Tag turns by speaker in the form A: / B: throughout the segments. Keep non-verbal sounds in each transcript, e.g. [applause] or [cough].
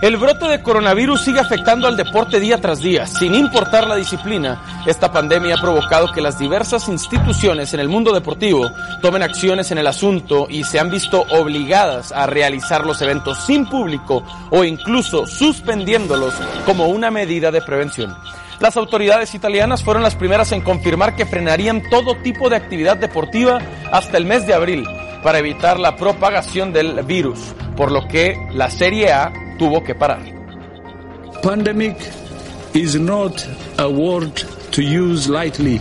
A: El brote de coronavirus sigue afectando al deporte día tras día. Sin importar la disciplina, esta pandemia ha provocado que las diversas instituciones en el mundo deportivo tomen acciones en el asunto y se han visto obligadas a realizar los eventos sin público o incluso suspendiéndolos como una medida de prevención. Las autoridades italianas fueron las primeras en confirmar que frenarían todo tipo de actividad deportiva hasta el mes de abril para evitar la propagación del virus, por lo que la Serie A tuvo que parar.
B: Pandemic is not a word to use lightly.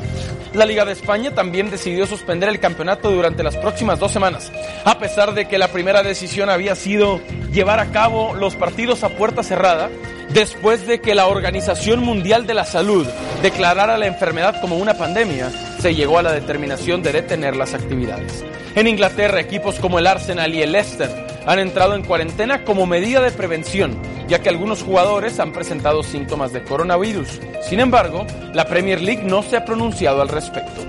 A: La Liga de España también decidió suspender el campeonato durante las próximas dos semanas, a pesar de que la primera decisión había sido llevar a cabo los partidos a puerta cerrada, después de que la Organización Mundial de la Salud declarara la enfermedad como una pandemia, se llegó a la determinación de detener las actividades. En Inglaterra, equipos como el Arsenal y el Leicester han entrado en cuarentena como medida de prevención, ya que algunos jugadores han presentado síntomas de coronavirus. Sin embargo, la Premier League no se ha pronunciado al respecto.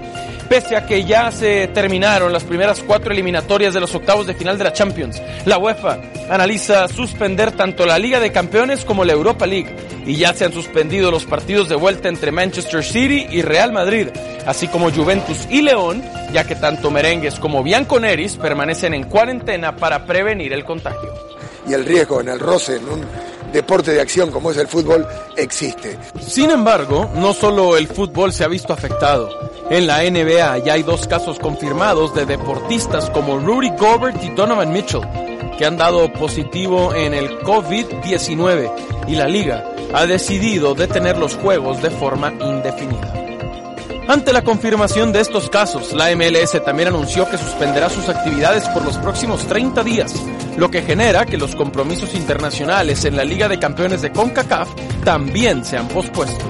A: Pese a que ya se terminaron las primeras cuatro eliminatorias de los octavos de final de la Champions, la UEFA analiza suspender tanto la Liga de Campeones como la Europa League y ya se han suspendido los partidos de vuelta entre Manchester City y Real Madrid, así como Juventus y León, ya que tanto merengues como bianconeris permanecen en cuarentena para prevenir el contagio.
C: y el riesgo en el roce en un deporte de acción como es el fútbol existe.
A: Sin embargo, no solo el fútbol se ha visto afectado. En la NBA ya hay dos casos confirmados de deportistas como Rudy Gobert y Donovan Mitchell que han dado positivo en el COVID-19 y la liga ha decidido detener los juegos de forma indefinida. Ante la confirmación de estos casos, la MLS también anunció que suspenderá sus actividades por los próximos 30 días, lo que genera que los compromisos internacionales en la Liga de Campeones de CONCACAF también sean pospuestos.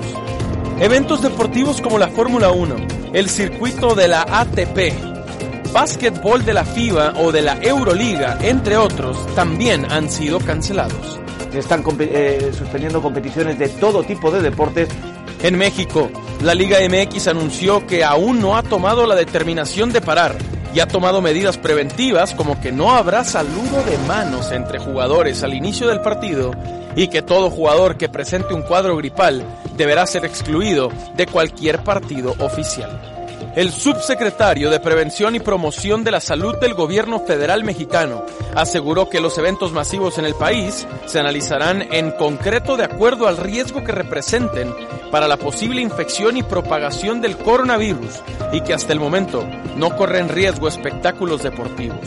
A: Eventos deportivos como la Fórmula 1, el circuito de la ATP, básquetbol de la FIBA o de la Euroliga, entre otros, también han sido cancelados.
D: Se están compe- eh, suspendiendo competiciones de todo tipo de deportes.
A: En México, la Liga MX anunció que aún no ha tomado la determinación de parar y ha tomado medidas preventivas como que no habrá saludo de manos entre jugadores al inicio del partido y que todo jugador que presente un cuadro gripal deberá ser excluido de cualquier partido oficial. El subsecretario de Prevención y Promoción de la Salud del Gobierno Federal Mexicano aseguró que los eventos masivos en el país se analizarán en concreto de acuerdo al riesgo que representen para la posible infección y propagación del coronavirus y que hasta el momento no corren riesgo espectáculos deportivos.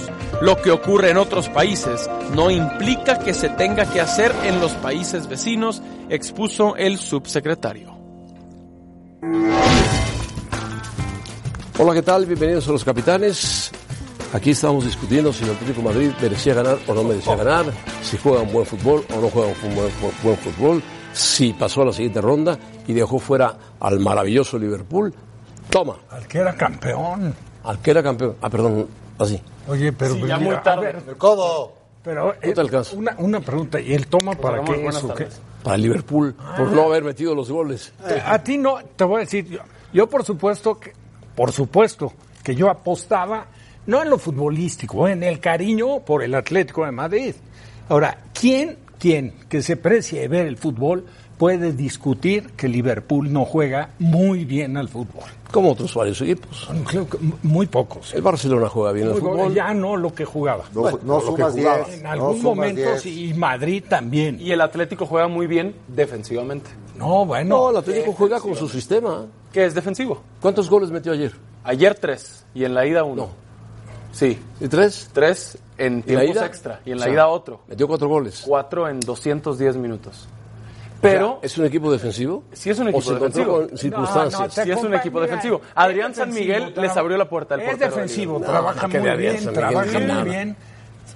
A: Lo que ocurre en otros países no implica que se tenga que hacer en los países vecinos, expuso el subsecretario.
E: Hola, ¿qué tal? Bienvenidos a Los Capitanes. Aquí estamos discutiendo si el Atlético de Madrid merecía ganar o no merecía ganar, si juega un buen fútbol o no juega un fu- buen, fu- buen fútbol, si pasó a la siguiente ronda y dejó fuera al maravilloso Liverpool. Toma,
F: Al que era campeón.
E: al que era campeón. Ah, perdón, así.
F: Oye, pero.
E: Pues
A: ya
F: a
A: muy tarde.
F: ver,
G: ¿Cómo?
F: pero eh,
E: te alcanza.
F: una, una pregunta. ¿Y el toma para
A: Ramón,
F: qué
A: buenas
F: eso?
A: tardes.
E: Para el Liverpool,
F: Ah.
E: por no haber metido los goles.
F: A ti no, te voy a decir. Yo, yo por supuesto que. Por supuesto que yo apostaba, no en lo futbolístico, en el cariño por el Atlético de Madrid. Ahora, ¿quién, quién que se precie de ver el fútbol puede discutir que Liverpool no juega muy bien al fútbol?
E: Como otros varios equipos.
F: Creo que muy pocos.
E: El Barcelona juega bien el fútbol.
F: Ya no lo que jugaba.
G: No, no sumas 10.
F: En
G: no
F: algún
G: sumas
F: momento
G: 10.
F: sí, y Madrid también.
A: Y el Atlético juega muy bien defensivamente.
F: No, bueno.
E: No, el Atlético juega con su sistema.
A: que es defensivo.
E: ¿Cuántos goles metió ayer?
A: Ayer tres y en la ida uno.
E: No.
A: Sí,
E: ¿Y tres?
A: tres en
E: ¿Y la
A: tiempos
E: ida?
A: extra y en la
E: O sea,
A: ida otro.
E: Metió cuatro goles.
A: Cuatro en 210 minutos. Pero
E: ¿Es un equipo defensivo?
A: Sí, es un
E: ¿O se
A: equipo
E: encontró
A: defensivo.
E: con circunstancias?
A: Sí,
F: te
A: es un
F: acompaña.
A: equipo defensivo.
F: Es
A: Adrián San
F: defensivo,
A: Miguel
F: traba-
A: les abrió la puerta al
F: Es
A: portero de
F: defensivo,
E: Liga.
F: trabaja
E: No, que
F: muy
E: de Adrián
F: bien,
E: San Miguel
F: trabaja
E: ni
F: muy
E: nada.
F: bien.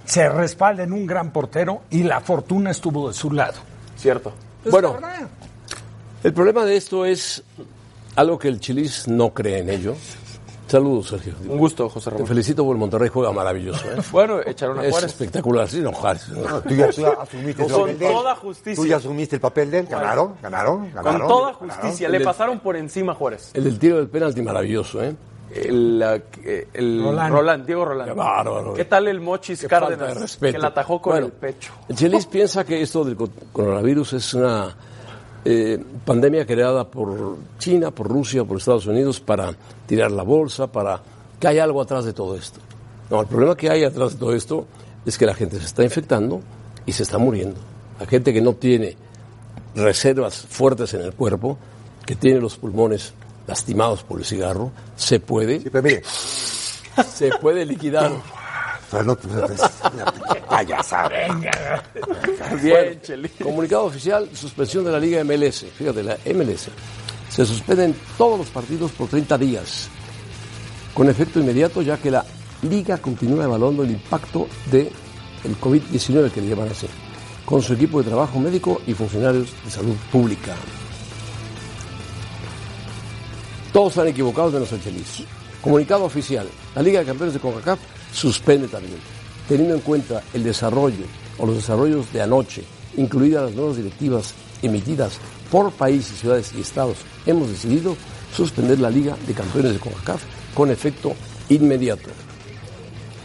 F: Se respalda en un gran portero y la fortuna estuvo de su lado.
A: Cierto.
F: Pues Es
E: Bueno.
F: verdad.
E: El problema de esto es algo que el Chilis no cree en ello. Saludos, Sergio.
A: Un gusto, José
E: Te
A: Ramón.
E: felicito por el Monterrey, juega maravilloso. ¿eh?
A: [laughs] Bueno, echaron a
E: Es
A: Juárez.
E: espectacular, sin enojarse.
G: Tú ya, tú ya asumiste el
A: Con
G: papel de él.
A: toda justicia.
G: Tú ya asumiste el papel de él. Ganaron, ganaron,
A: Con
G: ganaron.
A: toda
G: ganaron.
A: justicia, le pasaron por encima a Juárez.
E: El del tiro del penalti, maravilloso. ¿eh?
A: El, la- eh, el
F: Roland.
A: Roland, Diego Roland.
E: Qué bárbaro.
A: ¿Qué tal el Mochis
E: Qué falta de
A: Cárdenas?
E: respeto.
A: Que la atajó con
E: Bueno,
A: el pecho.
E: El Chelis piensa que esto del co- coronavirus es una eh, pandemia creada por China, por Rusia, por Estados Unidos para tirar la bolsa, para que hay algo atrás de todo esto. No, el problema que hay atrás de todo esto es que la gente se está infectando y se está muriendo. La gente que no tiene reservas fuertes en el cuerpo, que tiene los pulmones lastimados por el cigarro, se puede,
G: Sí, pero mire,
E: se puede
H: [laughs]
E: liquidar.
G: o sea, no,
H: Pues,
G: no, no, payasada.
A: Bien, Chelis.
E: Comunicado oficial, suspensión de la Liga MLS. Fíjate, la MLS. Se suspenden todos los partidos por 30 días, con efecto inmediato, ya que la Liga continúa evaluando el impacto del el COVID-19 que le llevan a hacer, con su equipo de trabajo médico y funcionarios de salud pública. Todos están equivocados menos el Chelis. Comunicado oficial. La Liga de Campeones de CONCACAF suspende también, teniendo en cuenta el desarrollo o los desarrollos de anoche, incluidas las nuevas directivas emitidas por países, ciudades y estados. Hemos decidido suspender la Liga de Campeones de CONCACAF con efecto inmediato.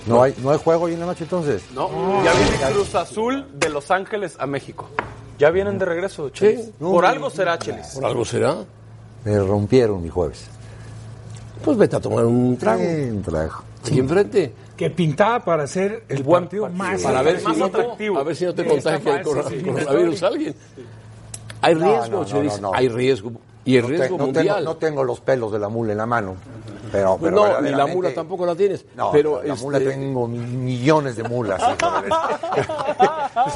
G: No hay, no hay juego hoy en la noche entonces.
A: No, ya viene Cruz Azul de Los Ángeles a México. Ya vienen de regreso, Chelis.
E: Sí.
A: Por algo será Chelis.
E: ¿Por algo será?
G: Me rompieron mi jueves.
E: Pues vete a tomar un trago.
G: Bien, trago.
E: Y enfrente,
F: Que pintaba para ser el
A: buen
F: partido
A: partido.
F: más
E: para ver si,
A: más
E: no
A: atractivo.
E: te, a ver si no te
F: Sí,
E: contagia el
F: está mal,
E: corona-
F: sí, sí.
E: coronavirus a alguien. Hay
G: No,
E: riesgo,
G: no, no,
E: Chelis,
G: no, no.
E: hay riesgo. Y el
G: No, te-
E: riesgo
G: no
E: mundial.
G: tengo, no tengo los pelos de la mula en la mano. Pero,
E: Pues
G: pero
E: no, ni la
G: verdaderamente-
E: mula tampoco la tienes.
G: No,
E: pero,
G: la
E: este,
G: mula tengo mi- millones de mulas. hijo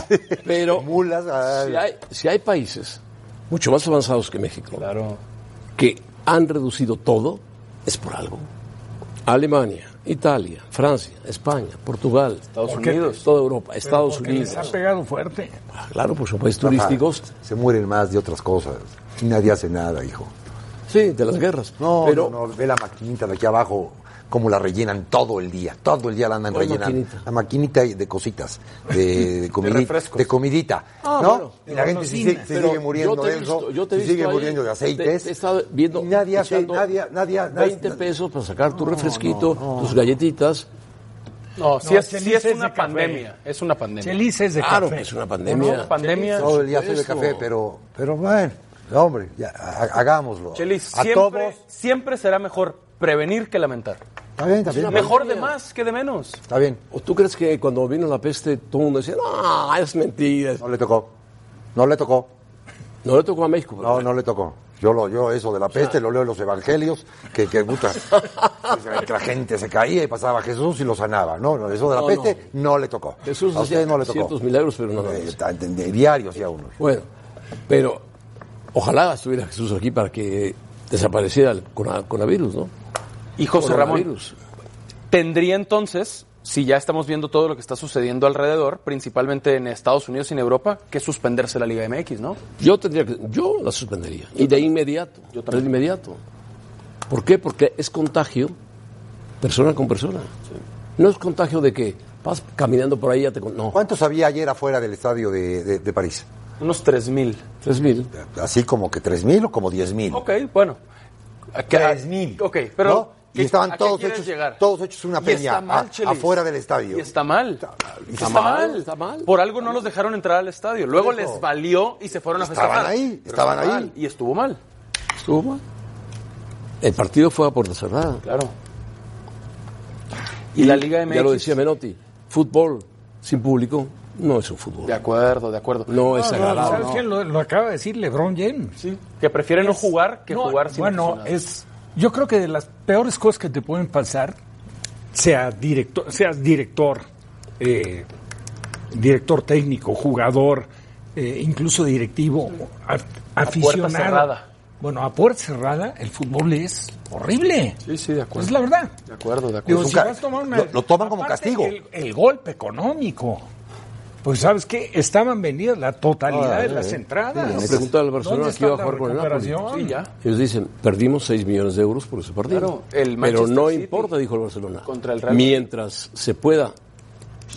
G: de-
E: [laughs] pero
G: mulas. ah, ay.
E: si, hay, [laughs] si hay países mucho más avanzados que México que han reducido todo, es por algo. Alemania, Italia, Francia, España, Portugal, Estados Unidos, toda Europa, Estados
F: que les ha
E: Unidos.
F: pegado fuerte.
E: Ah, Claro, por supuestos
G: Rafa,
E: turísticos.
G: Se mueren más de otras cosas. Y nadie hace nada, hijo.
E: Sí, de las guerras.
G: No,
E: pero
G: no, no, ve la maquinita de aquí abajo, cómo la rellenan todo el día. Todo el día la andan
E: ¿Cuál
G: rellenando.
E: maquinita?
G: La maquinita de cositas,
E: [laughs]
G: de, de comidi-
A: refrescos.
G: de comidita.
E: Ah,
G: ¿no?
E: bueno.
G: y la gente se,
F: golosinas.
G: sigue- se
E: Pero
G: sigue muriendo
E: yo te he
G: de eso,
E: visto- yo te he
G: se
E: visto
G: sigue
E: ahí,
G: muriendo de aceites.
E: te- te he estado viendo
G: y nadie hace,
E: echando
G: nadie, nadie, nadie-
E: 20 pesos para sacar tu refresquito, tus galletitas.
A: No, si
F: No,
A: es,
F: Chelis
A: sí es
F: es de
A: una
F: café.
A: pandemia. Es una pandemia.
F: Felices de
E: Claro
F: café.
E: que es una pandemia.
A: No, pandemia.
G: pues, Todo el día
E: Chelis,
G: hace de
E: eso.
G: café, pero, pero bueno, hombre, ya, ha- hagámoslo.
A: Chelis,
G: a
A: siempre,
G: todos.
A: siempre será mejor prevenir que lamentar.
G: Está bien, está bien.
A: Mejor de más que de menos.
G: Está bien.
E: ¿O tú crees que cuando vino la peste todo el mundo decía, no, es mentira?
G: No le tocó. No le tocó.
E: No le tocó a México. pero
G: No, no le tocó. Yo, lo, yo eso de la peste lo leo en los evangelios, que, que puta, que la gente se caía y pasaba Jesús y lo sanaba. No, no, eso de la
E: No,
G: peste no. le tocó.
E: Jesús
G: a ustedes
E: hacía
G: no le tocó.
E: ciertos Pues, milagros, pero no nada
G: Eh,
E: más.
G: ta- de- de- diarios ya uno.
E: Bueno, pero ojalá estuviera Jesús aquí para que desapareciera el corona- coronavirus, ¿no?
A: Y José Ramón,
E: Coronavirus.
A: tendría entonces, si ya estamos viendo todo lo que está sucediendo alrededor, principalmente en Estados Unidos y en Europa, que suspenderse la Liga MX, ¿no?
E: Yo tendría que, yo la suspendería y de inmediato, yo de inmediato. ¿Por qué? Porque es contagio persona con persona. No es contagio de que vas caminando por ahí y ya te con- no.
G: ¿Cuántos había ayer afuera del estadio de, de- de París?
A: Unos 3000.
E: Tres mil.
G: Así como que tres mil o como diez mil.
A: Ok, bueno. ¿A qué- a-
G: 3,000,
A: Ok, pero.
G: ¿no?
A: ¿qué-
G: Y estaban
A: a qué
G: todos
A: quieres
G: hechos-
A: llegar?
G: todos hechos una
A: Y
G: peña,
A: está mal,
G: a-
A: Chelis.
G: afuera del estadio.
A: Y está mal. Y Está, mal.
E: está mal.
A: Por algo no los dejaron entrar al estadio. Luego les valió y se fueron a
G: Estaban
A: festejar.
G: ahí,
A: Pero
G: estaban
A: estuvo
G: ahí.
A: mal, Y estuvo mal.
E: Estuvo mal. El partido fue a puerta cerrada.
A: Claro. Y la Liga MX.
E: Ya lo decía Menotti. Fútbol sin público no es un fútbol.
A: De acuerdo, de acuerdo.
E: No es agradable.
F: ¿Sabes quién lo, lo acaba de decir LeBron James?
A: Sí, que prefieren no jugar que
F: No,
A: jugar sin
F: Bueno,
A: aficionados.
F: es, yo creo que de las peores cosas que te pueden pasar, sea director, seas director, eh, director técnico, jugador, eh, incluso directivo, a-
A: puerta
F: aficionado.
A: cerrada.
F: Bueno, a puerta cerrada el fútbol es horrible.
I: Sí, sí, de acuerdo.
F: Es la verdad.
I: De acuerdo, de
F: Digo,
I: acuerdo.
G: un
F: si
G: ca-
F: vas a tomar una-
G: lo- lo toman como
F: aparte,
G: castigo.
F: El, el golpe económico. Pues sabes qué, estaban vendidas la totalidad
G: Ah,
F: de
G: eh,
F: las
G: eh.
F: entradas.
E: Le preguntaron al Barcelona
F: ¿Dónde
E: que iba a
F: está
E: jugar
F: la
E: con el Napoli.
F: recuperación?
I: Sí, ya.
E: Ellos dicen, perdimos 6 millones de euros por ese partido.
I: Claro, el
E: pero
I: Manchester
E: no
I: City
E: importa, dijo el Barcelona.
I: contra el Real Madrid.
E: Mientras se pueda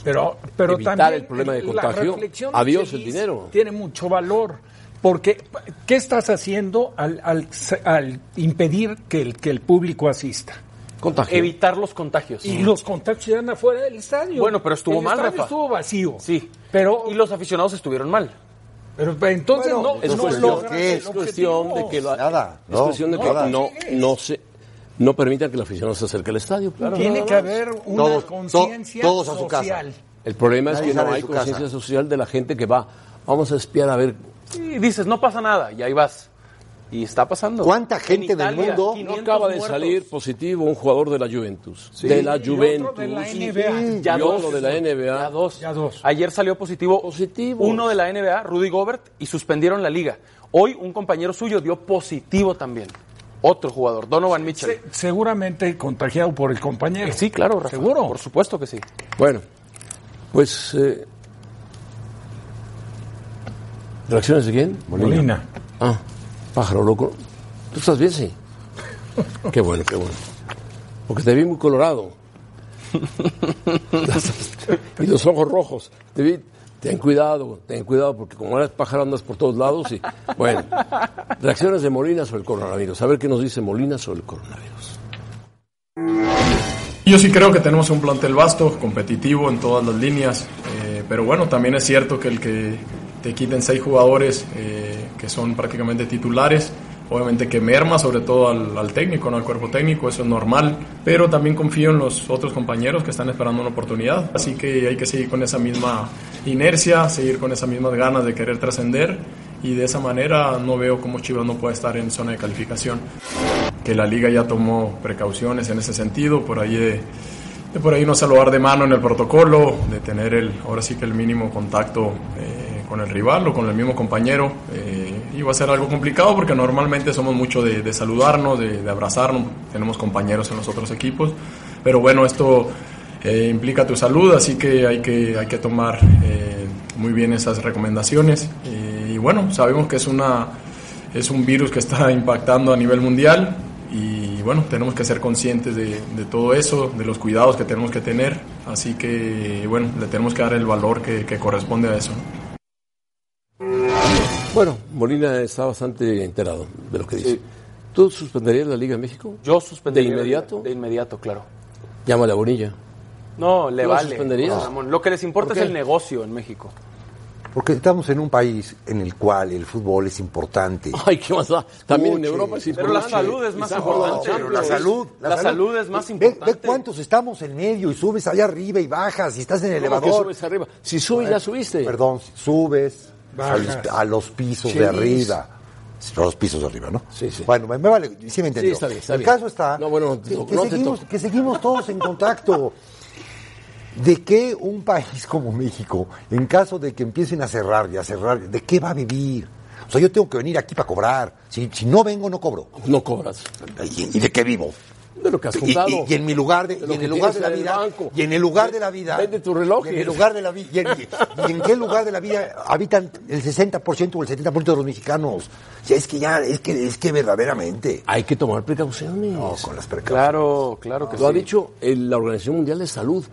F: Pero, pero
E: Evitar
F: también
E: el problema de
F: la
E: contagio.
F: reflexión
E: Adiós
F: feliz
E: el dinero.
F: Tiene mucho valor. Porque, ¿qué estás haciendo al, al- al impedir que el, que el público asista?
E: contagiar.
A: Evitar los contagios. Mm.
F: Y los contactos eran afuera del estadio.
A: Bueno, pero estuvo
F: el
A: mal,
F: estadio
A: Rafa.
F: estuvo vacío.
A: Sí.
F: Pero,
A: Y los aficionados estuvieron mal.
F: pero entonces
G: Bueno,
F: no,
E: es
F: no
E: cuestión,
F: logras
G: ¿qué
F: el
G: es?
E: es cuestión de
F: objetivo.
E: que la-
G: Nada,
E: es
G: no,
E: cuestión de que
G: nada.
E: no, no se no permitan que el aficionado se acerque al estadio.
F: Tiene que haber una
G: Todos- to-
F: conciencia
G: todos a su casa.
F: social.
E: El problema es
G: Nadie
E: que no
G: sale de
E: hay
G: su casa.
E: conciencia social de la gente que va. Vamos a espiar a ver.
A: Y dices, no pasa nada, y ahí vas. Y está pasando.
G: ¿Cuánta
A: En
G: gente del mundo no
A: 500
E: No acaba de
A: muertos.
E: salir positivo un jugador de la Juventus. De la
F: Y otro
E: Juventus.
F: de la NBA.
E: Sí, ya dos, de la NBA.
A: Ya dos.
F: Ya dos.
A: Ayer salió positivo,
E: Positivo.
A: uno de la NBA, Rudy Gobert, y suspendieron la liga. Hoy un compañero suyo dio positivo también. Otro jugador, Donovan Mitchell.
F: Se- seguramente contagiado por el compañero.
A: Sí, claro, Rafa.
F: Seguro.
A: Por supuesto que sí.
E: Bueno, pues. eh, ¿Reacciones de quién?
F: Molina.
E: Ah, pájaro loco. ¿Tú estás bien, sí? Qué bueno, qué bueno. Porque te vi muy colorado. [laughs] y los ojos rojos. Te vi. Ten cuidado, ten cuidado, porque como eres pájaro andas por todos lados y. Bueno. Reacciones de Molina sobre el coronavirus. A ver qué nos dice Molina sobre el coronavirus.
H: Yo sí creo que tenemos un plantel vasto, competitivo en todas las líneas, eh, pero bueno, también es cierto que el que te quiten seis jugadores eh, que son prácticamente titulares, obviamente que merma sobre todo al, al técnico, ¿no? al cuerpo técnico, eso es normal, pero también confío en los otros compañeros que están esperando una oportunidad, así que hay que seguir con esa misma inercia, seguir con esas mismas ganas de querer trascender y de esa manera no veo cómo Chivas no puede estar en zona de calificación que la liga ya tomó precauciones en ese sentido, por ahí de, de por ahí no saludar de mano en el protocolo, de tener el, ahora sí que el mínimo contacto eh, con el rival o con el mismo compañero, eh, iba a ser algo complicado porque normalmente somos mucho de, de saludarnos, de, de abrazarnos, tenemos compañeros en los otros equipos, pero bueno, esto eh, implica tu salud, así que hay que, hay que tomar eh, muy bien esas recomendaciones Eh, y bueno, sabemos que es una es un virus que está impactando a nivel mundial y bueno, tenemos que ser conscientes de, de todo eso, de los cuidados que tenemos que tener, así que bueno, le tenemos que dar el valor que, que corresponde a eso. ¿no?
E: Bueno, Molina está bastante enterado de lo que dice. ¿Tú suspenderías la Liga de México?
A: Yo suspendí.
E: ¿De inmediato?
A: De inmediato, claro.
E: Llámale a Bonilla.
A: No, le
E: ¿Tú la
A: vale.
E: suspenderías?
A: Ramón. Lo que les importa
E: ¿Por
A: es
E: qué?
A: el negocio en México.
G: Porque estamos en un país en el cual el fútbol es importante.
E: Ay, ¿qué más da? También en
G: Escuche.
E: Europa sí.
A: Pero la salud es más
G: No,
A: importante.
G: pero la salud,
A: La, salud. es más
G: Ve-
A: importante.
G: Ve, cuántos estamos en medio y subes allá arriba y bajas y estás en el elevador.
E: subes arriba? Si subes, ya subiste.
G: Perdón, subes a los,
F: Bajas.
G: a los pisos de
F: Chelis.
G: arriba. A los pisos de arriba, ¿no?
E: Sí, sí.
G: Bueno, me, me vale, sí me entendió.
E: Sí, está bien, está
G: el
E: bien.
G: caso está
E: No, bueno, no te
G: que,
E: toco,
G: que
E: no te
G: seguimos,
E: toco.
G: que seguimos todos en
E: [laughs]
G: contacto. ¿De qué un país como México, en caso de que empiecen a cerrar y a cerrar, de qué va a vivir? O sea, yo tengo que venir aquí para cobrar. Si, si no vengo, no cobro.
E: No cobras.
G: ¿Y, y de qué vivo?
E: De lo que has
G: Y,
E: juntado.
G: y- y en mi lugar de,
E: De
G: y
E: lo
G: en
E: que
G: el lugar de
E: tienes
G: la
E: en el
G: vida
E: banco.
G: y en el lugar de la vida
E: Vende tu reloj.
G: y en el lugar de la vida y, en- y- y en qué lugar de la vida habitan el 60% o el 70% de los mexicanos ya es que ya es que es que verdaderamente
E: Hay que tomar precauciones.
G: no con las precauciones
A: Claro, claro que
E: lo ha
A: sí.
E: dicho el- la Organización Mundial de Salud.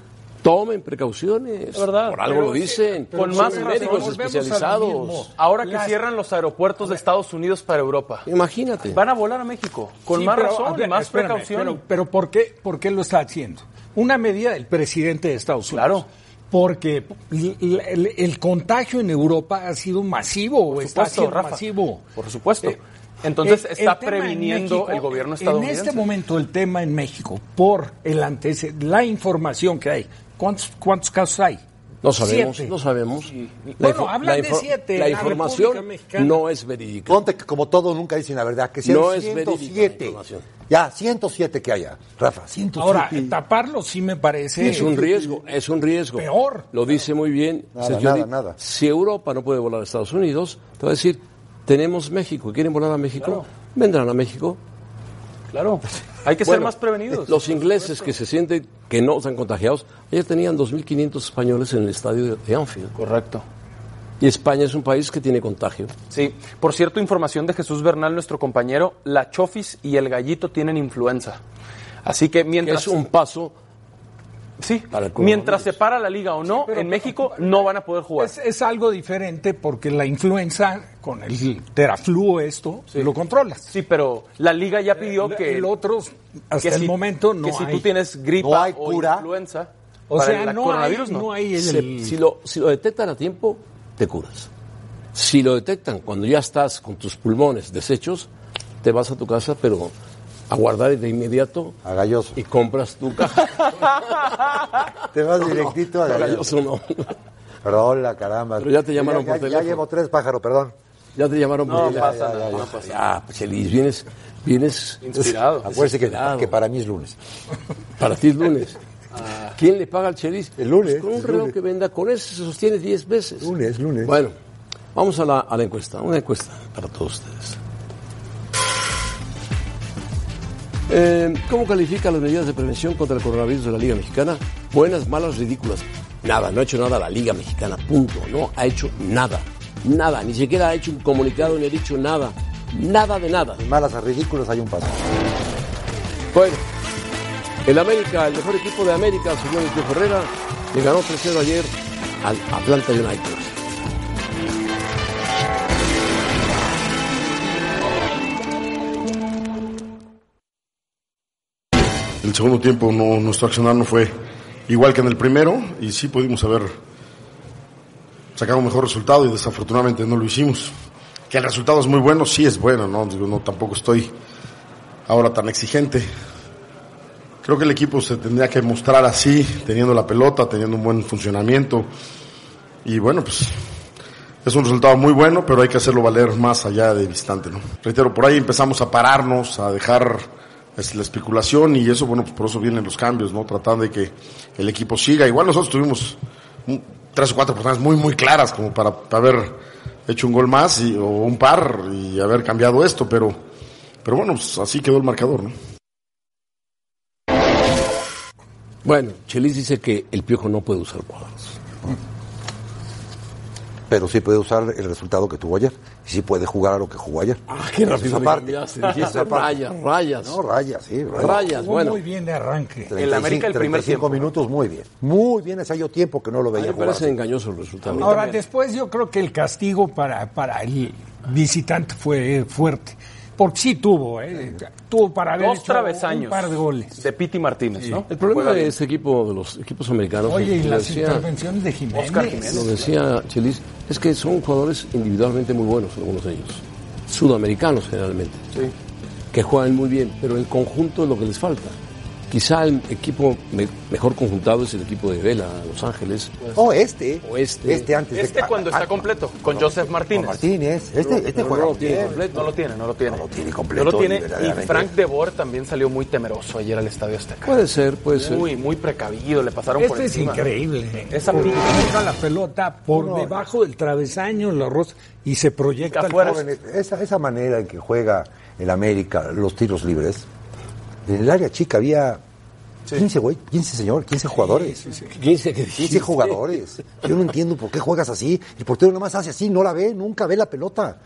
E: Tomen precauciones.
A: Es verdad.
E: Por algo
A: Pero
E: lo
A: sí,
E: dicen.
A: pero con más
E: Son
A: razón,
E: médicos
F: volvemos a lo
E: especializados.
F: mismo.
A: Ahora que
F: Las-
A: cierran los aeropuertos de Estados Unidos para Europa,
E: Imagínate.
A: van a volar a México. Con
F: Sí,
A: más
F: pero,
A: razón,
F: a ver,
A: más
F: espérame,
A: precaución.
F: Pero, pero ¿por, qué, ¿por qué lo está haciendo? Una medida del presidente de Estados Unidos.
A: Claro.
F: Porque l- l- el, el contagio en Europa ha sido masivo, o está
A: supuesto,
F: siendo
A: Rafa.
F: masivo.
A: Por supuesto.
F: Eh,
A: Entonces
F: el- el
A: está
F: tema en
A: previniendo
F: México,
A: el gobierno
F: En
A: estadounidense.
F: este momento el tema en México, por el antecedente, la información que hay, ¿cuántos, cuántos casos hay?
E: No sabemos,
F: Siete.
E: no sabemos.
F: Bueno,
E: info-
F: hablan de
E: infor-
F: siete,
E: La
F: la
E: información
F: República Mexicana.
E: no es verídica.
G: ponte que como todo nunca dicen la verdad que sean
E: No es verídica la
G: 107
E: información.
G: Ya, 107 que haya, Rafa, 107.
F: Ahora, taparlo sí me parece.
E: Es un riesgo, es un riesgo.
F: Peor.
E: Lo dice muy bien
G: Nada,
E: Sergio
G: nada,
E: Di-
G: nada.
E: Si Europa no puede volar a Estados Unidos, te va a decir, tenemos México, ¿quieren volar a México? Vendrán a México.
A: Claro. Hay que ser
E: Bueno, eh,
A: más prevenidos.
E: Los ingleses que se sienten que no están contagiados, ayer tenían 2.500 españoles en el estadio de Anfield.
A: Correcto.
E: Y España es un país que tiene contagio.
A: Sí. Por cierto, información de Jesús Bernal, nuestro compañero, la Chofis y el Gallito tienen influenza. Así que mientras
E: Es un paso
A: sí,
E: para el coronavirus.
A: mientras se para la liga o no, en México no van a poder jugar.
F: Es, es algo diferente porque la influenza, con el terafluo esto, lo controlas.
A: Sí, pero la liga ya pidió
F: La-
A: que
F: el otro, hasta
A: que
F: el
A: si-
F: momento, no
A: que si
F: hay.
A: tú tienes gripa
G: No hay
A: o
G: cura.
A: influenza,
F: o
A: para
F: sea,
A: el
F: no hay,
A: coronavirus no.
F: no hay el-
E: Se- si, lo, si lo detectan a tiempo, te curas. Si lo detectan cuando ya estás con tus pulmones deshechos, te vas a tu casa, pero a guardar de inmediato
G: A Galloso.
E: y compras tu caja.
G: [laughs] Te vas directito a
E: A
G: Galloso.
E: Galloso no.
G: Perdón, la caramba.
E: Pero ya te llamaron por
G: ya,
E: teléfono.
G: llevo tres pájaros, perdón.
E: Ya te llamaron
A: No
E: por
A: pasa
E: ya, ya,
A: nada, no
E: ya.
A: pasa
E: Ya, pues, Elis, vienes, vienes
A: Inspirado.
G: Acuérdese que,
E: Claro.
G: que para mí es lunes.
E: para ti es lunes. ¿Quién le paga al Chelis?
G: Ah. El lunes,
E: con un
G: el
E: reloj
G: lunes.
E: que venda, con ese se sostiene 10 veces.
G: Lunes, lunes.
E: Bueno, vamos a la, a la encuesta. Una encuesta para todos ustedes. Eh, ¿Cómo califica las medidas de prevención contra el coronavirus de la Liga Mexicana? Buenas, malas, ridículas. Nada, no ha hecho nada la Liga Mexicana, punto. No ha hecho nada. Nada, ni siquiera ha hecho un comunicado ni ha dicho nada. Nada de nada.
G: De malas a ridículos hay un paso.
E: Bueno, el América, el mejor equipo de América, señor el Piojo Herrera, le ganó 3-0 ayer al Atlanta United.
I: El segundo tiempo no, nuestro accionar no fue igual que en el primero y sí pudimos haber sacado un mejor resultado y desafortunadamente no lo hicimos. Que el resultado es muy bueno, sí es bueno, ¿no? Digo, no tampoco estoy ahora tan exigente. Creo que el equipo se tendría que mostrar así, teniendo la pelota, teniendo un buen funcionamiento. Y bueno, pues es un resultado muy bueno, pero hay que hacerlo valer más allá del instante, ¿no? Reitero, por ahí empezamos a pararnos, a dejar es, la especulación y eso, bueno, pues por eso vienen los cambios, ¿no? Tratar de que el equipo siga. Igual nosotros tuvimos un- tres o cuatro oportunidades muy, muy claras como para haber hecho un gol más y- o un par y haber cambiado esto, pero, pero bueno, pues así quedó el marcador, ¿no?
E: Bueno, Chelis dice que el Piojo no puede usar cuadros.
G: Pero sí puede usar el resultado que tuvo ayer. Y sí puede jugar a lo que jugó ayer.
E: Ah, qué rápido
G: me cambiaste, dijiste,
E: rayas, rayas,
G: No, rayas, sí.
E: rayas,
F: Jugó
E: bueno.
F: muy bien de arranque.
A: El América el primer
G: 35
A: tiempo.
G: minutos, muy bien. Muy bien, ese yo tiempo que no lo
E: A mí
G: veía
E: me
G: jugar.
E: parece engañoso el resultado.
F: Ahora, después yo creo que el castigo para, para el visitante fue eh, fuerte. Porque sí tuvo, ¿eh? Tuvo para haber
A: Dos
F: hecho
A: travesaños
F: un par de goles.
A: de Piti Martínez, ¿no?
E: el problema de este equipo, de los equipos americanos,
F: Oye, y
E: lo
F: las
E: decía,
F: intervenciones de Jiménez.
A: Oscar Jiménez.
E: lo decía Chelis, es que son jugadores individualmente muy buenos, algunos de ellos. Sudamericanos generalmente. que juegan muy bien, pero en conjunto es lo que les falta. Quizá el equipo me- mejor conjuntado es el equipo de Vela, Los Ángeles.
G: Oh,
F: eh,
G: este.
E: O este.
G: Este antes. de-
A: Este cuando
G: Ah,
A: está completo, con Joseph
G: Con
A: Martínez.
G: Martínez. Este, este
E: Pero
G: juega
E: no lo
G: muy
E: tiene
G: bien.
E: completo.
A: No lo tiene, no lo tiene.
G: No lo tiene completo,
A: No lo tiene.
G: y
A: Y
G: verdaderamente.
A: Frank De Boer también salió muy temeroso ayer al Estadio Azteca.
E: Puede ser, puede ser.
A: Muy, muy precavido, le pasaron por
F: Este es
A: encima.
F: increíble.
A: Esa
F: Porque
A: pinta.
F: deja la pelota por debajo del travesaño, la rosa, y se proyecta al
A: Afuera.
F: poste.
G: Jóvenes, Este esa, esa manera en que juega el América los tiros libres, en el área chica había 15 güey, 15 señor, 15 jugadores.
E: 15 que
G: 15 jugadores. Yo no entiendo por qué juegas así. El portero nomás hace así, no la ve, nunca ve la pelota.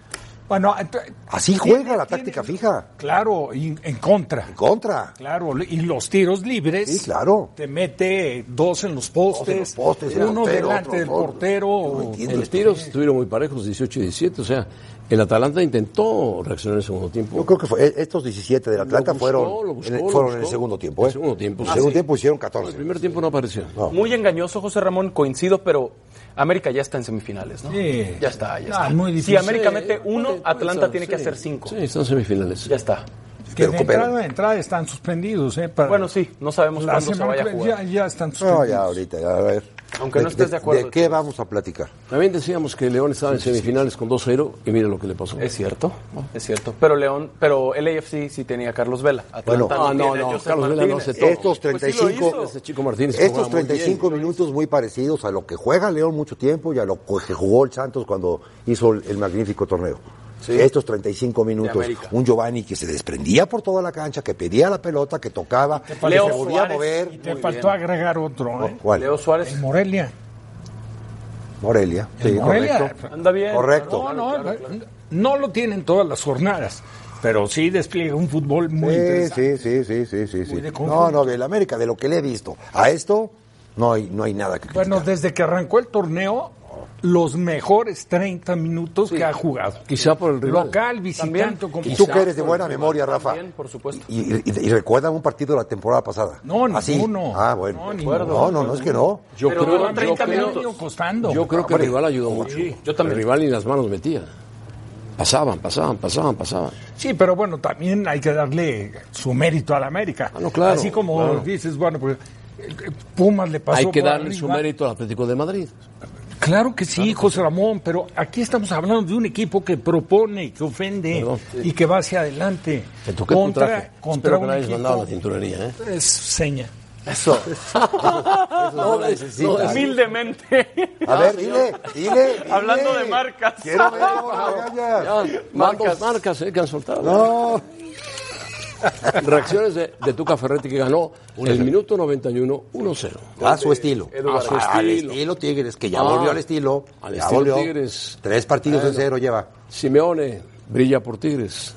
F: Bueno, ent-
G: Así
F: tiene-
G: juega la
F: tiene-
G: táctica fija.
F: Claro, y en contra.
G: Contra.
F: Claro, y los tiros libres.
G: Sí, claro.
F: Te mete dos en los postes,
G: Dos en los postes, el
F: uno
G: portero,
F: delante
G: otro,
F: del
G: otro.
F: portero.
G: Yo no entiendo.
E: En los tiros estuvieron muy parejos, 18 y 17. O sea, el Atalanta intentó reaccionar en el segundo tiempo.
G: Yo creo que fue- eh, estos 17 del Atlanta
E: buscó,
G: fueron,
E: lo buscó,
G: en el,
E: lo
G: fueron en el
E: buscó.
G: segundo tiempo. ¿eh?
E: El segundo tiempo,
G: En
E: sí.
G: el segundo tiempo hicieron
E: El
G: 14.
E: primer tiempo no apareció.
A: Muy engañoso, José Ramón, coincido, pero América ya está en semifinales, ¿no?
F: Sí.
A: Ya está, ya
F: No,
A: está.
F: es muy
A: si
F: difícil.
A: América
E: Sí,
A: mete uno,
E: puede- puede
A: Atlanta
E: ser,
A: tiene que
E: sí.
A: hacer cinco.
E: Sí, están semifinales.
A: Ya está.
F: Que de
G: Pero- pero-
F: entrada a entrada están suspendidos. ¿eh? Para
A: Bueno, sí, no sabemos
F: la
A: cuándo se
F: semana
A: vaya a
F: que-
A: jugar.
F: ya, ya están
G: No,
F: suspendidos.
G: ya ahorita, ya, a ver.
A: Aunque no estés de acuerdo.
G: ¿De qué vamos a platicar?
E: También decíamos que León estaba en semifinales con 2-0 y mira lo que le pasó.
A: Es cierto, es cierto. Pero León, pero el AFC sí tenía a Carlos Vela.
E: Bueno,
A: Atlanta
E: ah, no,
A: tiene a
E: no,
A: Joseph
E: Carlos Vela no
A: Martínez.
E: se toca.
G: Estos
E: Pues sí
G: 35,
E: lo hizo. Ese chico Martínez jugaba
G: estos
E: muy bien.
G: 35 minutos muy parecidos a lo que juega León mucho tiempo y a lo que jugó el Santos cuando hizo el, el magnífico torneo. Estos 35 minutos,
A: América.
G: un Giovanni que se desprendía por toda la cancha, que pedía la pelota, que tocaba, que se
A: Leo
G: volvía a
A: Suárez.
G: mover.
F: Y te
A: Muy
F: faltó
A: bien.
F: agregar otro, ¿eh?
G: ¿Cuál?
A: Leo Suárez
F: El Morelia.
G: Morelia. Sí,
F: Morelia.
G: correcto.
A: anda bien.
G: Correcto.
F: No, no, no lo tienen todas las jornadas, pero sí despliega un fútbol muy
G: Sí,
F: interesante.
G: sí, sí, sí, sí, sí, sí.
F: de conjunto.
G: No, no, del América, de lo que le he visto. A esto no hay, no hay nada que
F: Bueno,
G: criticar.
F: desde que arrancó el torneo, los mejores 30 minutos que ha jugado.
E: Quizá por el rival.
F: Local, visitante, o como-
G: Y tú que eres de buena memoria, Rafa.
A: También, por supuesto.
G: Y, y- y recuerda un partido de la temporada pasada.
F: No,
G: Así.
F: ninguno.
G: Ah, bueno.
F: No,
G: No,
F: ninguno.
G: no, no, es que no.
E: Yo
A: Pero duró
E: creo,
A: 30
E: yo creo-
A: minutos.
F: costando.
E: yo creo que el rival ayudó mucho.
A: yo también.
E: El rival ni las manos metía. Pasaban, pasaban, pasaban, pasaban.
F: Sí, pero bueno, también hay que darle su mérito a la América.
E: Ah, no, claro,
F: Así como
E: claro.
F: dices, bueno, pues eh, Pumas le pasó
E: Hay que
F: por
E: darle su
F: arriba.
E: mérito al Atlético de Madrid.
F: Claro que sí, José Ramón, pero aquí estamos hablando de un equipo que propone, que ofende
E: Perdón.
F: y que va hacia adelante.
E: Te toqué tu traje.
F: contra
E: Espero que
F: un
E: no hayas
F: equipo-
E: mandado a la tintorería, ¿eh?
F: Es seña. [laughs]
G: Eso. no lo necesitas.
A: Humildemente.
G: A ver, dile, dile. dile.
A: [laughs] Hablando de marcas.
G: Quiero ver cómo
A: [laughs]
G: la regañas.
E: Ya, marcas, marcas eh, que han soltado. [laughs] Reacciones de, de Tuca Ferretti que ganó el minuto 91, 1-0.
G: A su estilo.
E: Edu
G: A su
E: Vargas.
G: estilo. Al
E: estilo.
G: estilo Tigres, que ya
E: Ah.
G: volvió al estilo.
E: Al
G: Ya
E: estilo
G: volvió.
E: Tigres.
G: Tres partidos en cero lleva.
E: Simeone brilla
G: [laughs]
E: por Tigres.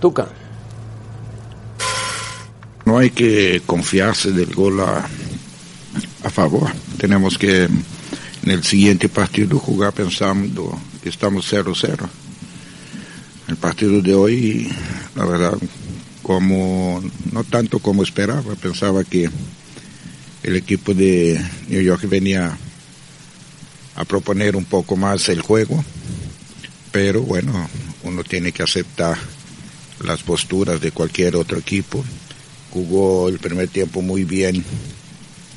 E: Tuca.
J: No hay que confiarse del gol a, a favor. Tenemos que en el siguiente partido jugar pensando que estamos 0-0. El partido de hoy, la verdad, como no tanto como esperaba, pensaba que el equipo de New York venía a proponer un poco más el juego, pero bueno, uno tiene que aceptar las posturas de cualquier otro equipo jugó el primer tiempo muy bien,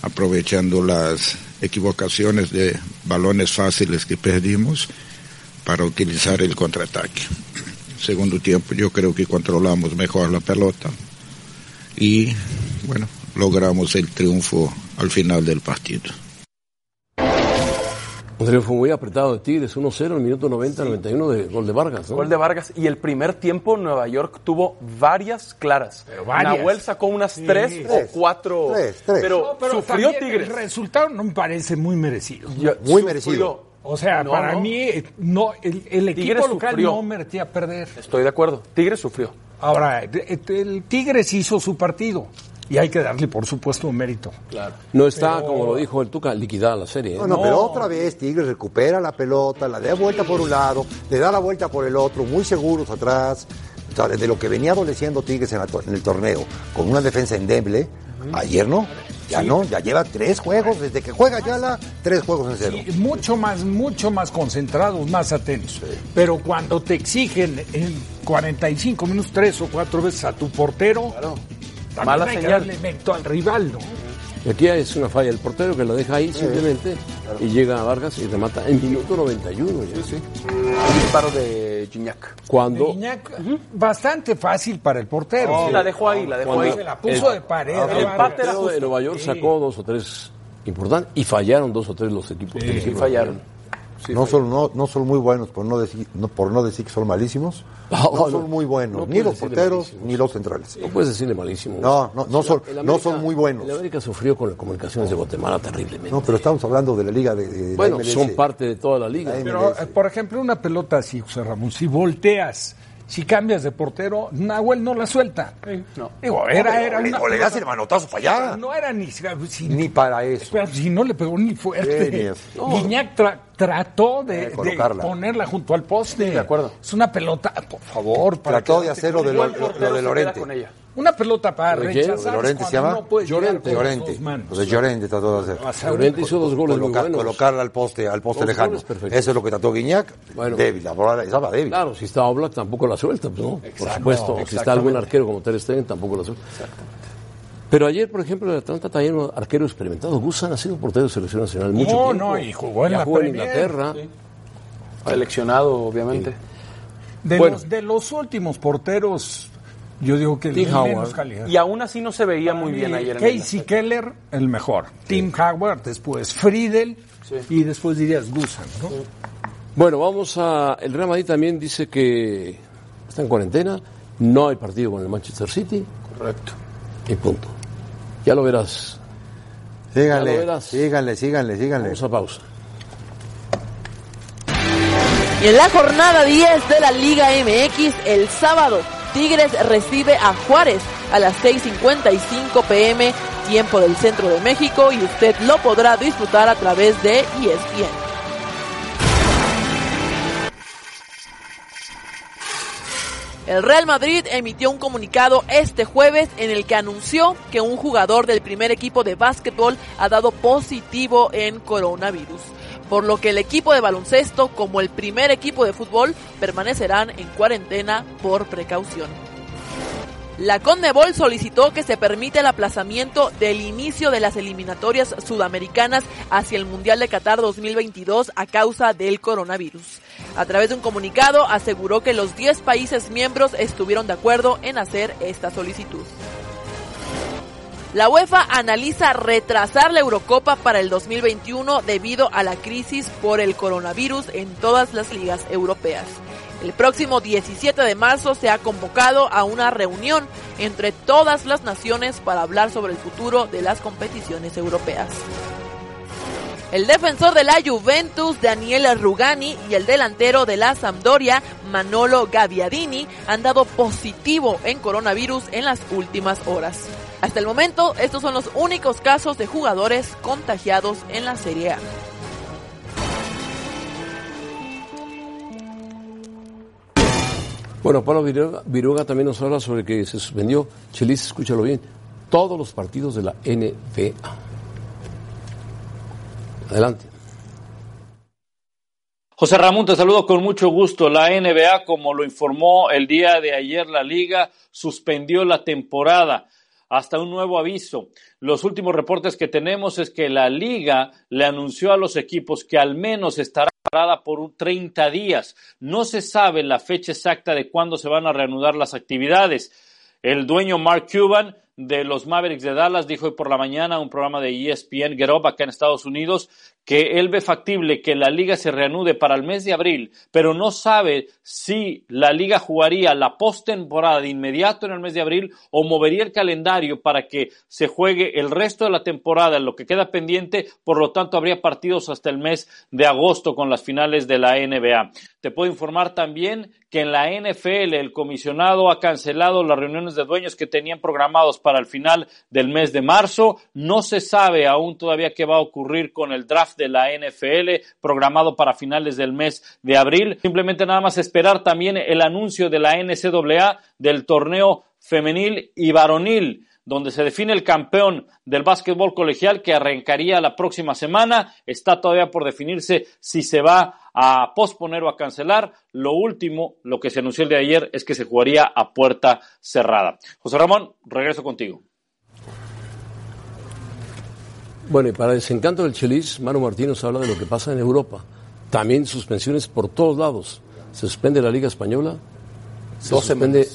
J: aprovechando las equivocaciones de balones fáciles que perdimos para utilizar el contraataque. Segundo tiempo yo creo que controlamos mejor la pelota y bueno, logramos el triunfo al final del partido.
E: Un triunfo muy apretado de Tigres, 1-0, el minuto 90, 91 de gol de Vargas. ¿no?
A: Gol de Vargas. Y el primer tiempo, Nueva York tuvo varias claras.
F: varias.
A: Nahuel sacó unas tres
G: Tres.
A: o cuatro.
G: Tres, tres.
A: Pero,
G: No,
A: sufrió
F: también
A: Tigres.
F: El resultado no me parece muy merecido.
A: Yo-
G: Muy merecido.
F: O sea,
A: No,
F: para
A: no.
F: mí, eh, no, el, el equipo
A: Tigres
F: local
A: sufrió.
F: no merecía perder.
A: Estoy de acuerdo. Tigres sufrió.
F: Ahora, eh, el Tigres hizo su partido y hay que darle, por supuesto, un mérito.
E: No está, como lo dijo el Tuca, liquidada la serie. ¿eh?
G: No, no, pero otra vez Tigres recupera la pelota, la da vuelta por un lado, le da la vuelta por el otro, muy seguros atrás. O sea, de lo que venía adoleciendo Tigres en, la to- en el torneo, con una defensa endeble, ayer no, ya no, ya lleva tres juegos, desde que juega ya la, tres juegos en cero.
F: Y mucho más, mucho más concentrados, más atentos. Pero cuando te exigen en 45 minutos tres o cuatro veces a tu portero, también
A: Mala
F: hay que
A: señal.
F: darle mérito al rival, ¿no?
E: Y Aquí es una falla del portero que la deja ahí simplemente y llega a Vargas y remata en minuto 91. ya.
A: El disparo de Gignac.
E: Cuando
F: Iñak, bastante fácil para el portero.
A: Sí, la dejó ahí, la dejó
E: Cuando-
A: ahí.
F: Se la puso
E: El-
F: de pared.
A: el
F: Vargas.
A: empate
E: el portero de Nueva York sacó dos o tres importantes y fallaron dos o tres los equipos. que
A: Sí, fallaron.
G: no, son, no, no son muy buenos, por no, decir, no- por no decir que son malísimos, no,
E: [laughs] No, no.
G: son muy buenos,
E: No
G: ni los
E: puedes decirle
G: porteros,
E: malísimos.
G: ni los centrales.
E: No puedes decirle malísimo.
G: No, no, no son,
E: El
G: no
E: América-
G: son muy buenos.
E: El América sufrió con las comunicaciones de Guatemala terriblemente.
G: No, pero estamos hablando de la liga de, de la
E: bueno,
G: MLS.
E: son parte de toda la liga.
G: La
F: Pero,
G: MLS.
F: eh, por ejemplo, una pelota así, José Ramón, si volteas, si cambias de portero, Nahuel no la suelta. Digo, era, era
G: O le-
F: una
G: o le das
F: pelota-
G: el manotazo para allá.
F: No era ni, si-
G: Ni para eso.
F: Espera, si no le pegó ni fuerte.
G: Sí, ni es.
F: Guiñac tra- trató de,
G: De
F: de
G: colocarla.
F: ponerla junto al poste.
A: de acuerdo.
F: Es una pelota, por favor. para
G: Trató
F: que-
G: de hacer lo de, lo,
A: Igual
G: lo-
A: portero
G: lo de
A: se
G: Lorente.
A: queda con ella.
F: Una pelota para
E: ¿De qué?
F: rechazar.
G: ¿De Lorente
F: cuando
G: se llama?
F: no puedes llegar
E: Llorente.
F: con las
G: Llorente.
F: dos manos.
G: Entonces Llorente trató de
F: O
G: hacer.
F: sea,
E: Llorente hizo dos goles muy
G: Colocar-
E: buenos.
G: colocarla al poste, al poste
E: Dos
G: lejano.
E: goles perfectos.
G: Eso es lo que trató Guiñac.
E: Bueno.
G: Débil, la bola estaba débil.
E: Claro, si está Oblak pues tampoco la suelta, ¿no? Por supuesto. Si está algún arquero como Ter Stegen tampoco la suelta. Pero ayer, por ejemplo, el Atlanta también un arquero experimentado. Guzan ha sido portero de selección nacional mucho
F: no,
E: tiempo.
F: no, y jugó en
E: Ya
F: la
E: jugó en
F: Premier.
E: Inglaterra.
A: Seleccionado, obviamente.
F: De,
A: Bueno.
F: los, de los últimos porteros, yo digo que el
A: Tim
F: de menos calidad.
A: Howard. Y aún así no se veía muy
F: Y
A: bien ayer. en el-
F: Casey Keller, el mejor. Tim Howard, después Friedel y después dirías Guzan, ¿no?
E: Bueno, vamos a. El Real Madrid también dice que está en cuarentena, no hay partido con el Manchester City. Correcto. Y punto. Ya lo verás. Ya lo
K: Síganle,
E: verás.
K: síganle, síganle, síganle.
E: Vamos a pausa.
L: Y en la jornada 10 de la Liga MX, el sábado, Tigres recibe a Juárez a las 6.55 pm, tiempo del centro de México, y usted lo podrá disfrutar a través de E ESPN. El Real Madrid emitió un comunicado este jueves en el que anunció que un jugador del primer equipo de básquetbol ha dado positivo en coronavirus, por lo que el equipo de baloncesto como el primer equipo de fútbol permanecerán en cuarentena por precaución. La Condebol solicitó que se permita el aplazamiento del inicio de las eliminatorias sudamericanas hacia el Mundial de Qatar 2022 a causa del coronavirus. A través de un comunicado aseguró que los 10 países miembros estuvieron de acuerdo en hacer esta solicitud. La UEFA analiza retrasar la Eurocopa para el 2021 debido a la crisis por el coronavirus en todas las ligas europeas. El próximo 17 de marzo se ha convocado a una reunión entre todas las naciones para hablar sobre el futuro de las competiciones europeas. El defensor de la Juventus, Daniel Rugani, y el delantero de la Sampdoria, Manolo Gaviadini, han dado positivo en coronavirus en las últimas horas. Hasta el momento, estos son los únicos casos de jugadores contagiados en la Serie A.
E: Bueno, Pablo Viruga, Viruga también nos habla sobre que se suspendió, Chelis, escúchalo bien, todos los partidos de la NBA. Adelante.
M: José Ramón, te saludo con mucho gusto. La NBA, como lo informó el día de ayer la liga, suspendió la temporada hasta un nuevo aviso. Los últimos reportes que tenemos es que la liga le anunció a los equipos que al menos estará parada por un 30 días. No se sabe la fecha exacta de cuándo se van a reanudar las actividades. El dueño Mark Cuban de los Mavericks de Dallas dijo hoy por la mañana a un programa de E ESPN Get Up acá en Estados Unidos que él ve factible que la liga se reanude para el mes de abril, pero no sabe si la liga jugaría la postemporada de inmediato en el mes de abril o movería el calendario para que se juegue el resto de la temporada, lo que queda pendiente, por lo tanto habría partidos hasta el mes de agosto con las finales de la NBA. Te puedo informar también que en la NFL el comisionado ha cancelado las reuniones de dueños que tenían programados para el final del mes de marzo. No se sabe aún todavía qué va a ocurrir con el draft de la NFL programado para finales del mes de abril. Simplemente nada más esperar también el anuncio de la NCAA del torneo femenil y varonil donde se define el campeón del básquetbol colegial que arrancaría la próxima semana. Está todavía por definirse si se va a posponer o a cancelar. Lo último, lo que se anunció el de ayer, es que se jugaría a puerta cerrada. José Ramón, regreso contigo.
E: Bueno, y para desencanto del Chelis, Manu Martínez habla de lo que pasa en Europa. También suspensiones por todos lados. Se suspende la Liga Española. Se
F: Dos
E: suspende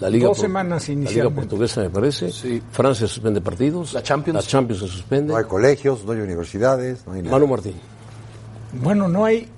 E: La Liga
F: Dos
E: Por-
F: semanas
E: La Liga
F: inicialmente.
E: Portuguesa, me parece. Francia suspende partidos. La Champions. La Champions se suspende.
K: No hay colegios, no hay universidades, no hay nada.
E: Manu Martín.
F: Bueno, no hay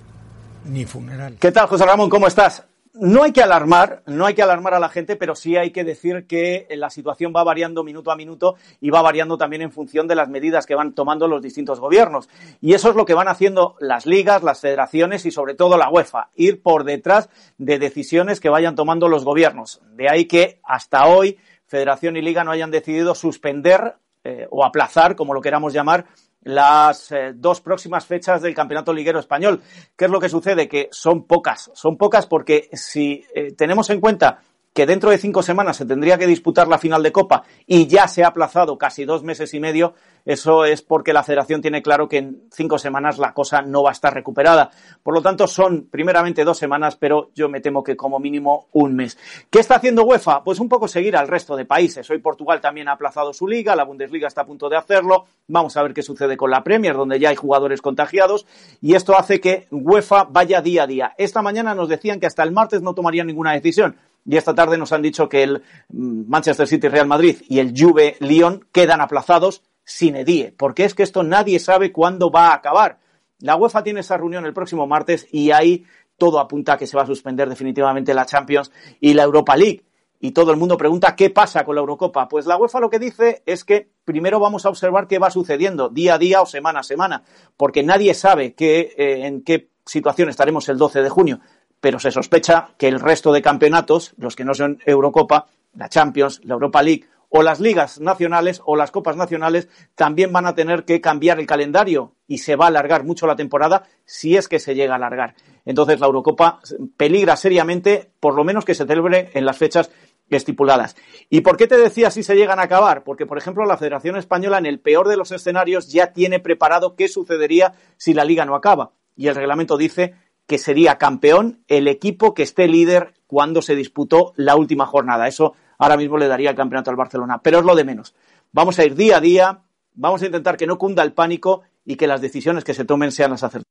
F: ni funeral.
N: ¿Qué tal, José Ramón? ¿Cómo estás? No hay que alarmar, no hay que alarmar a la gente, pero sí hay que decir que la situación va variando minuto a minuto y va variando también en función de las medidas que van tomando los distintos gobiernos. Y eso es lo que van haciendo las ligas, las federaciones y sobre todo la UEFA, ir por detrás de decisiones que vayan tomando los gobiernos. De ahí que hasta hoy Federación y Liga no hayan decidido suspender eh, o aplazar, como lo queramos llamar, las eh, dos próximas fechas del Campeonato Liguero Español. ¿Qué es lo que sucede? Que son pocas, son pocas porque si eh, tenemos en cuenta que dentro de cinco semanas se tendría que disputar la final de Copa y ya se ha aplazado casi dos meses y medio, eso es porque la federación tiene claro que en cinco semanas la cosa no va a estar recuperada. Por lo tanto, son primeramente dos semanas, pero yo me temo que como mínimo un mes. ¿Qué está haciendo UEFA? Pues un poco seguir al resto de países. Hoy Portugal también ha aplazado su liga, la Bundesliga está a punto de hacerlo. Vamos a ver qué sucede con la Premier, donde ya hay jugadores contagiados. Y esto hace que UEFA vaya día a día. Esta mañana nos decían que hasta el martes no tomarían ninguna decisión. Y esta tarde nos han dicho que el Manchester City Real Madrid y el Juve Lyon quedan aplazados sin edie, porque es que esto nadie sabe cuándo va a acabar. La UEFA tiene esa reunión el próximo martes y ahí todo apunta a que se va a suspender definitivamente la Champions y la Europa League. Y todo el mundo pregunta qué pasa con la Eurocopa. Pues la UEFA lo que dice es que primero vamos a observar qué va sucediendo día a día o semana a semana, porque nadie sabe qué, eh, en qué situación estaremos el 12 de junio. Pero se sospecha que el resto de campeonatos, los que no son Eurocopa, la Champions, la Europa League o las ligas nacionales o las copas nacionales también van a tener que cambiar el calendario y se va a alargar mucho la temporada si es que se llega a alargar. Entonces la Eurocopa peligra seriamente, por lo menos que se celebre en las fechas estipuladas. ¿Y por qué te decía si se llegan a acabar? Porque, por ejemplo, la Federación Española en el peor de los escenarios ya tiene preparado qué sucedería si la liga no acaba. Y el reglamento dice que sería campeón el equipo que esté líder cuando se disputó la última jornada. Eso ahora mismo le daría el campeonato al Barcelona, pero es lo de menos. Vamos a ir día a día, vamos a intentar que no cunda el pánico y que las decisiones que se tomen sean las acertadas.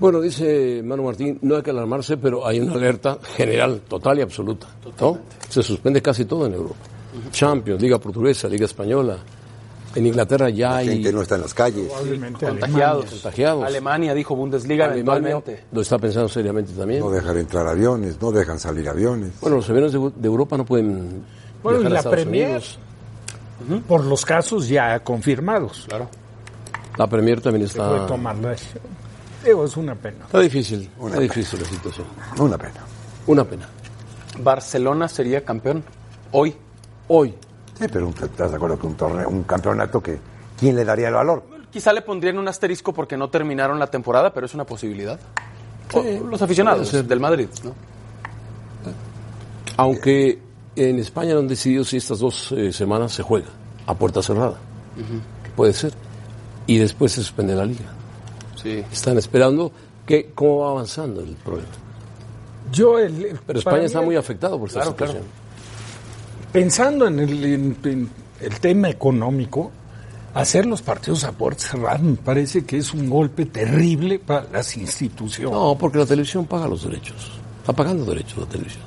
E: Bueno, dice Manu Martín, no hay que alarmarse, pero hay una alerta general, total y absoluta. ¿no? Se suspende casi todo en Europa. Champions, Liga Portuguesa, Liga Española. En Inglaterra ya hay...
G: gente no está en las calles.
A: Probablemente
E: Contagiados.
A: Alemania.
E: contagiados.
A: Alemania dijo Bundesliga
E: Alemania
A: eventualmente.
E: lo está pensando seriamente también.
G: No dejan entrar aviones, no dejan salir aviones.
E: Bueno, los aviones de, de Europa no pueden
F: Bueno, y
E: viajar a
F: la
E: Estados
F: Premier,
E: Unidos.
F: por los casos ya confirmados. Claro.
E: La Premier también
F: Se puede
E: está...
F: tomar la decisión. Digo, es una pena.
E: Está difícil,
F: Una
E: está
F: pena.
E: difícil la situación.
G: Una pena.
E: Una pena.
A: Barcelona sería campeón. Hoy.
E: Hoy.
G: Sí, pero un- estás de acuerdo que un torneo, un campeonato que quién le daría el valor.
A: Quizá le pondrían un asterisco porque no terminaron la temporada, pero es una posibilidad. O- los aficionados del Madrid, ¿no?
E: Aunque en España no han decidido si estas dos eh, semanas se juega a puerta cerrada, que puede ser, y después se suspende la liga.
A: Sí.
E: Están esperando que cómo va avanzando el problema.
F: Yo el- el-
E: Pero
F: para
E: España
F: mí
E: está
F: el-
E: muy afectado por esta
F: Claro, claro.
E: situación.
F: Pensando en el, en- en el tema económico, hacer los partidos a puerta cerrada me parece que es un golpe terrible para las instituciones.
E: No, porque la televisión paga los derechos. Está pagando derechos la televisión.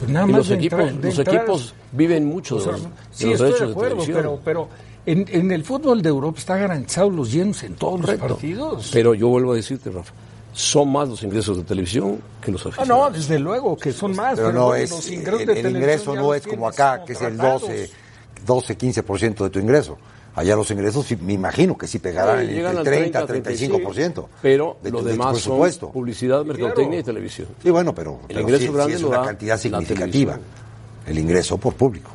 F: Pues nada
E: Y
F: más
E: los
F: de
E: equipos,
F: entrar- de
E: los
F: entrar-
E: equipos viven mucho de
F: O sea,
E: los, de
F: sí,
E: los
F: estoy
E: derechos
F: de
E: de,
F: acuerdo,
E: televisión.
F: pero, pero en, en el fútbol de Europa está garantizado los llenos en todos los partidos.
E: Pero yo vuelvo a decirte, Rafa, son más los ingresos de televisión que los
F: Ah,
E: aficionados.
F: no, desde luego que son más.
G: Pues, Pero no
F: los
G: es, el,
F: ingresos de
G: el
F: televisión
G: ingreso
F: ya
G: no
F: los
G: es como
F: tienes
G: acá, que es el
F: contratados.
G: 12, 12, 15% de tu ingreso. Allá los ingresos, sí, me imagino que sí pegarán
E: Sí,
G: el,
E: llegan
G: el
E: al
G: 30,
E: 35,
G: 35%.
E: Pero
G: de
E: lo
G: tu- de tu
E: demás
G: presupuesto.
E: son publicidad, mercadotecnia y televisión.
G: Sí, bueno, pero, pero
E: ingreso
G: sí- sí
E: grande
G: es
E: lo
G: una
E: da
G: cantidad
E: la
G: significativa. El ingreso por público,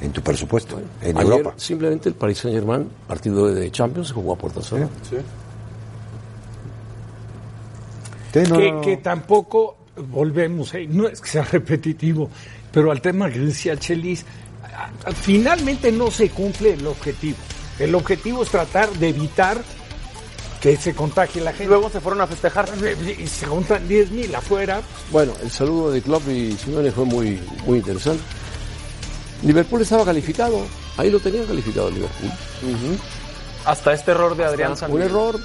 G: en tu presupuesto, en
E: Ayer,
G: Europa.
E: Simplemente el Paris Saint Germain, partido de Champions, se jugó a puerta cerrada.
F: que, que tampoco volvemos, eh, no es que sea [laughs] repetitivo, pero al tema que decía Chelis, a- a- finalmente no se cumple el objetivo. El objetivo es tratar de evitar que se contagie la gente. Luego
A: se fueron a festejar.
F: Y se juntan 10.000 afuera.
E: Bueno, el saludo de Klopp y Simeone fue muy, muy interesante. Liverpool estaba calificado, ahí lo tenían calificado Liverpool,
A: Hasta este error de Adrián San
E: un error.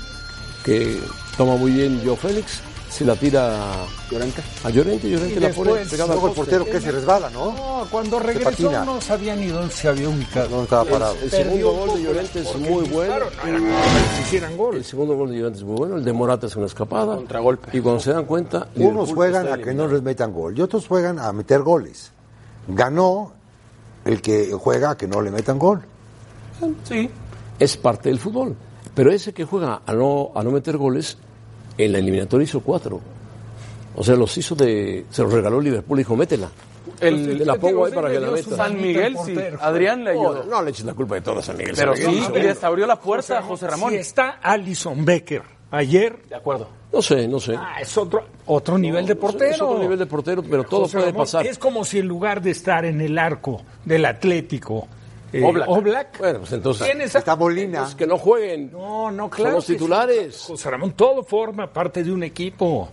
E: que toma muy bien Joe Félix, se la tira a Llorente, Llorente
F: Y
E: la
F: después,
E: pone pegada al
F: luego el
E: poste.
F: portero que se resbala,
G: ¿no?
F: cuando regresó
E: patina.
F: no sabía ni dónde se había ubicado. No
G: estaba
E: parado. El segundo gol de Llorente es muy bueno. El segundo gol de Llorente es muy bueno, el de Morata es una escapada. Contragolpe. Y cuando se dan cuenta,
G: Unos
E: Liverpool
G: juegan
E: está
G: a que
E: eliminado.
G: no les metan gol y otros juegan a meter goles. Ganó el que juega a que no le metan gol.
A: Sí.
E: Es parte del fútbol. Pero ese que juega a no, a no meter goles, en la eliminatoria hizo cuatro. O sea, los hizo de. Se los regaló Liverpool y dijo, métela.
A: El-
E: Te la pongo ahí
A: Digo,
E: para
A: sí,
E: que
A: le
E: la
A: dio
E: meta.
A: su San Miguel, sí. Adrián le ayudó.
E: No, no le eches la culpa de todo a San Miguel.
A: Pero
E: San Miguel
A: sí,
E: hizo
A: les
E: bueno.
A: abrió la puerta a José Ramón.
F: Si está Alison Becker ayer.
A: De acuerdo.
E: No sé, no sé.
F: Ah, es otro, otro nivel de portero.
E: Es otro nivel de portero, pero todo
F: José
E: puede
F: Ramón,
E: pasar.
F: Es como si en lugar de estar en el arco del Atlético, eh,
E: Oblak.
F: Oblak,
E: Bueno, pues entonces.
F: tienes a-
E: Entonces que no jueguen.
F: No, no, claro.
E: Son los
F: que sí.
E: titulares.
F: José Ramón, todo forma parte de un equipo.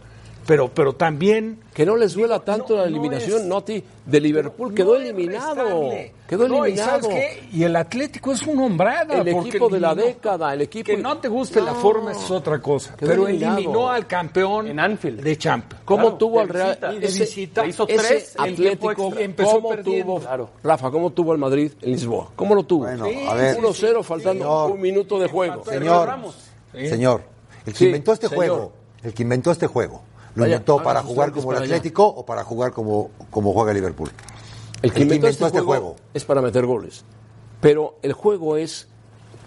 F: Pero, pero también.
E: Que no les duela tanto la eliminación, Noti, de Liverpool. Quedó eliminado. Quedó
F: No, y ¿sabes
E: eliminado.
F: qué? Y el Atlético es una hombrada.
E: El
F: porque
E: equipo de la
F: eliminó-
E: década, el equipo.
F: Que no te guste la
E: No.
F: forma es otra cosa.
E: Quedó
F: pero
E: eliminado.
F: eliminó al campeón de Champions.
E: ¿Cómo tuvo al
F: de
E: Real?
F: visita, de
E: ese-
F: visita.
E: ese
F: Hizo tres en tiempo
E: Atlético.
F: extra. Y empezó
E: ¿Cómo
F: perdiendo.
E: tuvo? Rafa, ¿cómo tuvo al Madrid en Lisboa? ¿Cómo lo tuvo?
F: Sí, a ver.
E: 1-0 faltando
F: Señor.
E: un minuto de juego.
F: Señor. Ramos.
G: Señor, el que
E: Sí,
G: inventó este
E: señor.
G: juego, el que inventó este juego, lo
E: Vaya,
G: inventó
E: haga
G: para
E: sus
G: jugar
E: trucos
G: como el
E: para allá.
G: Atlético o para jugar como, como juega Liverpool.
E: El que inventó este, juego, es para meter goles. Pero el juego es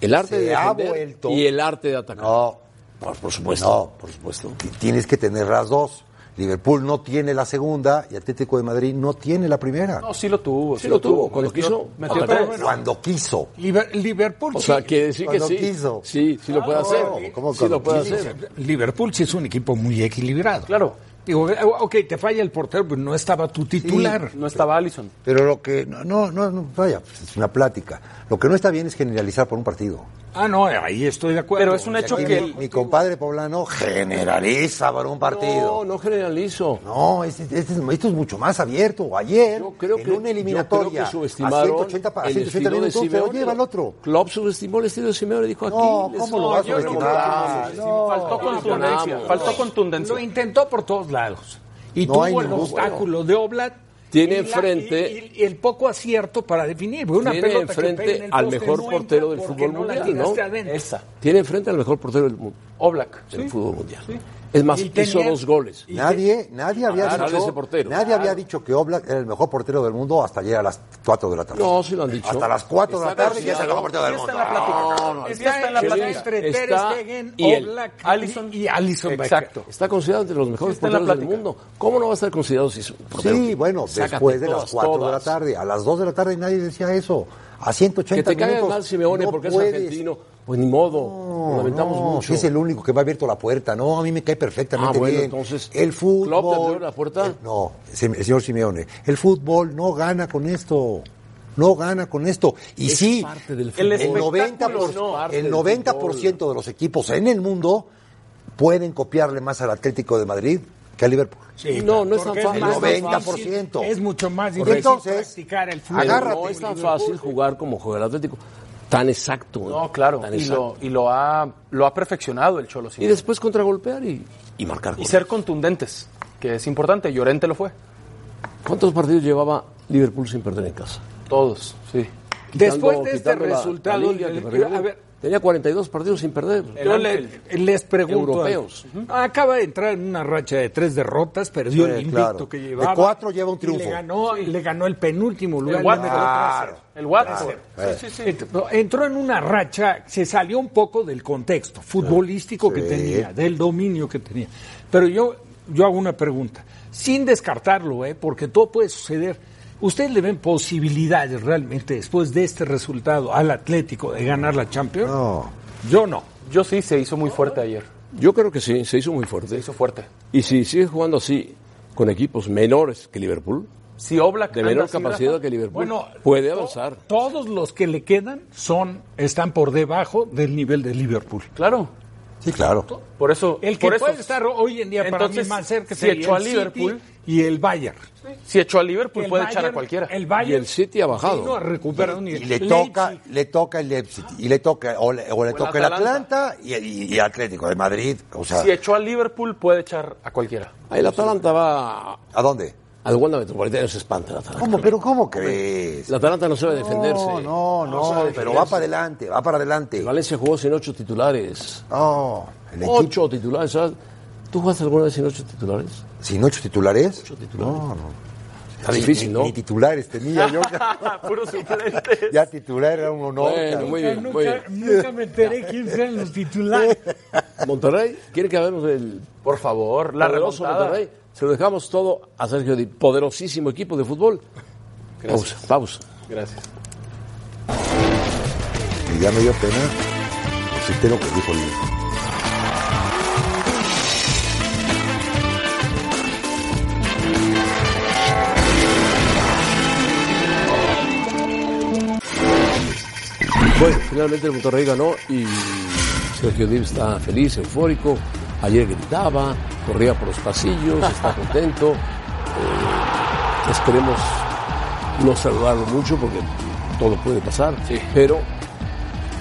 E: el arte
G: Se
E: de
G: ha
E: defender
G: vuelto.
E: y el arte de atacar.
G: No,
E: Pues, por, supuesto.
G: No, por supuesto. T- Tienes que tener las dos. Liverpool no tiene la segunda y Atlético de Madrid no tiene la primera.
A: No, sí lo tuvo.
E: Sí lo tuvo, cuando quiso.
G: Pero
E: atacó.
G: Cuando quiso.
F: Liber- Liverpool.
E: O
F: sí.
E: sea, quiere
G: Pues
E: decir que sí. Sí, sí lo puede hacer. Sí lo puede hacer.
F: Liverpool sí es un equipo muy equilibrado.
A: Claro.
F: Digo, eh, ok, te falla el portero, pero no estaba tu titular.
A: no estaba Allison.
G: Pero lo que. No, no, no, no, vaya, pues, es una plática. Lo que no está bien es generalizar por un partido.
F: Ah, no, ahí estoy de acuerdo.
A: Pero es un hecho
G: Aquí
A: que.
G: mi, mi compadre poblano generaliza por un partido.
E: No, no generalizo.
G: No, este, este es- esto es mucho más abierto. Ayer,
E: Creo
G: en
E: que-
G: una eliminatoria,
E: yo creo que
G: a
E: subestimaron
G: 180, pa- a
E: el
G: 180
E: estilo de
G: minutos, se lo
E: Simeone.
G: lleva el otro.
E: Klopp subestimó el estilo de Simeone, dijo aquí.
G: No,
E: les-
G: ¿cómo lo vas a
E: yo no
G: subestimar?
E: creo que-
G: No.
A: Faltó contundencia.
E: ganamos.
A: Faltó contundencia.
F: Lo intentó por todos lados. Y
E: No
F: tuvo
E: hay
F: el
E: ningún
F: obstáculo de Oblak.
E: Tiene
F: y la-
E: enfrente-
F: y- y el poco acierto para definir. porque Una
E: Tiene
F: pelota que pega en
E: enfrente
F: el
E: al
F: poste
E: mejor
F: no
E: portero
F: entra
E: del
F: porque
E: fútbol
F: no la
E: mundial, ¿no?
F: tiraste adentro.
E: Tiene enfrente al mejor portero del mundo.
A: Oblak.
E: Del fútbol mundial. Es más,
G: Y
E: hizo
G: tenía-
E: dos goles.
G: Nadie, nadie había
E: Hablar de
G: dicho,
E: ese portero.
G: nadie había dicho que Oblak era el mejor portero del mundo hasta ayer a las 4 de la tarde.
E: No, sí lo han dicho.
G: Hasta las 4 de la
E: Está
G: tarde ya es el mejor portero del
E: Sí está
G: mundo.
E: en la plática.
G: No, no, no.
F: Está, en la
E: plática.
F: pelea entre
E: Está
F: Ter Stegen,
E: Ah, y él.
F: Oblak y, y Alisson Becker.
E: Exacto. Está considerado entre los mejores
F: está en la
E: porteros del mundo. ¿Cómo no va a estar considerado si es un portero?
G: Sí, bueno,
E: Sácate
G: después de
E: todas,
G: las 4 de la
E: todas.
G: tarde, a las 2 de la tarde nadie decía eso. A 180
E: Que te caiga
G: minutos,
E: mal Simeone
G: no
E: porque
G: puedes.
E: es argentino. Pues ni modo.
G: No,
E: lo lamentamos
G: no,
E: mucho.
G: si es el único que me ha abierto la puerta. No, a mí me cae perfectamente
E: Ah, bueno,
G: bien.
E: entonces,
G: el
E: ¿Klopp te
G: fútbol.
E: abrió la puerta?
F: eh,
G: el- no, se- el señor Simeone. El fútbol no gana con esto. No gana con esto. Y
E: Es
G: sí,
E: parte del
G: el,
E: fútbol.
G: 90%, por-
E: No, parte
G: el
E: del
G: 90 de los equipos en el mundo pueden copiarle más al Atlético de Madrid que al Liverpool.
F: Sí,
E: No, no es tan
F: eh, porque
E: fácil.
F: más
G: El
F: difícil,
G: 90%.
F: Es mucho más
G: Por
F: difícil
G: entonces,
F: practicar el fútbol.
E: Pero No es tan fácil jugar como juega el Atlético. Tan exacto.
A: No, claro.
E: Tan
A: Y,
E: exacto.
A: lo, y lo, ha, lo ha perfeccionado el Cholo.
E: Y
A: Simeone.
E: después contragolpear y, y marcar
A: Y
E: goles.
A: ser contundentes, que es importante. Llorente lo fue.
E: ¿Cuántos partidos llevaba Liverpool sin perder en casa?
A: Todos, sí.
F: Después de este
E: quitando la- la
F: resultado,
E: liga que
F: el-
E: perdió.
F: a ver.
E: tenía 42 partidos sin perder.
F: Yo le- les pregunto.
E: Europeos.
F: algo. Acaba de entrar en una racha de tres derrotas, perdió
G: Sí,
F: el invicto
G: claro.
F: que
G: De
F: llevaba.
G: cuatro lleva un
F: y
G: triunfo.
F: Le ganó, le ganó el penúltimo lugar.
A: El Watford.
G: Claro.
A: El Watford.
G: Claro.
A: Sí, sí, sí.
F: Ent- Entró en una racha, se salió un poco del contexto futbolístico que
G: Sí.
F: tenía, del dominio que tenía. Pero yo, yo hago una pregunta, sin descartarlo, ¿eh? porque todo puede suceder. ¿Ustedes le ven posibilidades realmente después de este resultado al Atlético de ganar la Champions?
G: No.
F: Yo no.
A: Yo sí se hizo muy fuerte ayer.
E: Yo creo que sí, se hizo muy fuerte.
A: Se hizo fuerte.
E: Y si sigue jugando así, con equipos menores que Liverpool,
A: Si Oblak
E: de
A: anda
E: menor
A: así,
E: capacidad
A: Rafa,
E: que Liverpool,
F: Bueno,
E: puede avanzar.
F: Todos los que le quedan son están por debajo del nivel de Liverpool.
A: Claro.
G: Sí, claro.
A: Por eso.
F: El que
A: por eso-
F: puede estar hoy en día para
A: Entonces,
F: mí más cerca
A: si
F: sería
A: echó
F: el
A: a
F: City
A: Liverpool-
F: y el Bayern.
A: Si echó a Liverpool,
F: El
A: puede
F: Bayern-
A: echar a cualquiera.
F: El
E: Y
F: Bayern
E: el City ha
F: sí no ha
E: bajado.
F: recuperado un nivel.
G: Y le
F: Leipzig,
G: toca, le toca el Leipzig, y le toca, o le, o le
A: el
G: toca el
A: Atalanta.
G: Atlanta y, y- y Atlético de Madrid. O sea,
A: Si echó a Liverpool, puede echar a cualquiera.
E: Ahí el Atalanta va
G: ¿a dónde?
E: al Wanda Metropolitano y se espanta el Atalanta.
G: ¿Cómo? ¿Pero cómo crees?
E: El Atalanta no sabe defenderse.
G: No, no, no, pero va para adelante, va para adelante.
E: El Valencia jugó sin ocho titulares.
G: No, el equipo.
E: Ocho titulares. ¿sabes? ¿Tú jugaste alguna vez sin ocho titulares?
G: ¿Sin ocho titulares?
E: titulares.
G: No, no.
E: Está
G: Ni-
E: difícil,
G: ni-
E: ¿no?
G: Ni titulares tenía
E: [laughs]
G: yo. [laughs]
A: Ah, Puro suplente.
G: Ya titular era un honor.
E: Bueno,
G: cabrón.
E: muy bien, muy bien.
F: Nunca, nunca me enteré quién sean los titulares.
E: [laughs] Monterrey, ¿quiere que hablemos del
A: Por favor, la
E: poderoso
A: remontada.
E: Monterrey? Se lo dejamos todo a Sergio Di, poderosísimo equipo de fútbol. Pausa, pausa.
A: Gracias.
G: Y ya me dio pena. Pues, sí, te lo que dijo el-
E: Bueno, finalmente el Monterrey ganó y Sergio Dib está feliz, eufórico. Ayer gritaba, corría por los pasillos,
A: [laughs]
E: está contento. Eh, esperemos no saludarlo mucho porque todo puede pasar, pero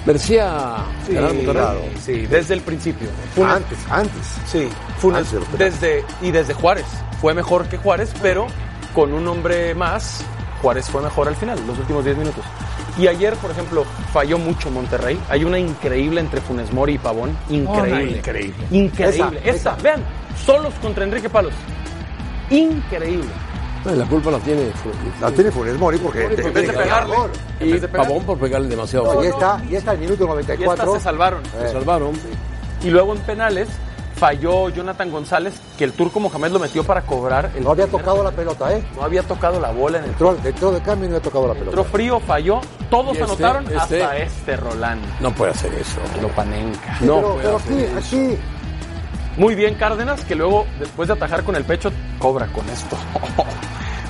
E: merecía
A: Sí,
E: ganar Monterrey.
A: claro. sí, desde el principio.
E: Antes,
G: antes.
A: Sí, Funes
E: Antes de los penales.
A: desde, y desde Juárez. Fue mejor que Juárez, pero con un hombre más, Juárez fue mejor al final, los últimos 10 minutos. Y ayer, por ejemplo, falló mucho Monterrey. Hay una increíble entre Funes Mori y Pavón. Increíble.
F: Una increíble.
A: Increíble. Esa, vean, solos contra Enrique Palos. Increíble.
E: No, y la culpa la tiene Funes.
G: La tiene Funes Mori porque...
A: En vez de pegarle. En
E: Y
A: vez de pegarle.
E: Pavón por pegarle demasiado.
A: No,
E: fuerte.
A: ya está,
G: ya está el minuto
A: Y estas se salvaron.
E: Se salvaron.
A: Y luego en penales falló Jonathan González, que el turco Mohamed lo metió para cobrar. El no había
G: tocado la pelota, ¿eh?
A: No había tocado la bola en el
G: Entró, entró de cambio y no ha tocado la pelota.
A: Entró frío, falló.
G: Y
A: Todos
G: este,
A: anotaron
G: este.
A: hasta este Roland.
E: No puede hacer eso.
A: Lo panenca.
G: Sí, pero, pero aquí, aquí,
A: Muy bien Cárdenas, que luego, después de atajar con el pecho, cobra con
E: [laughs]
A: esto.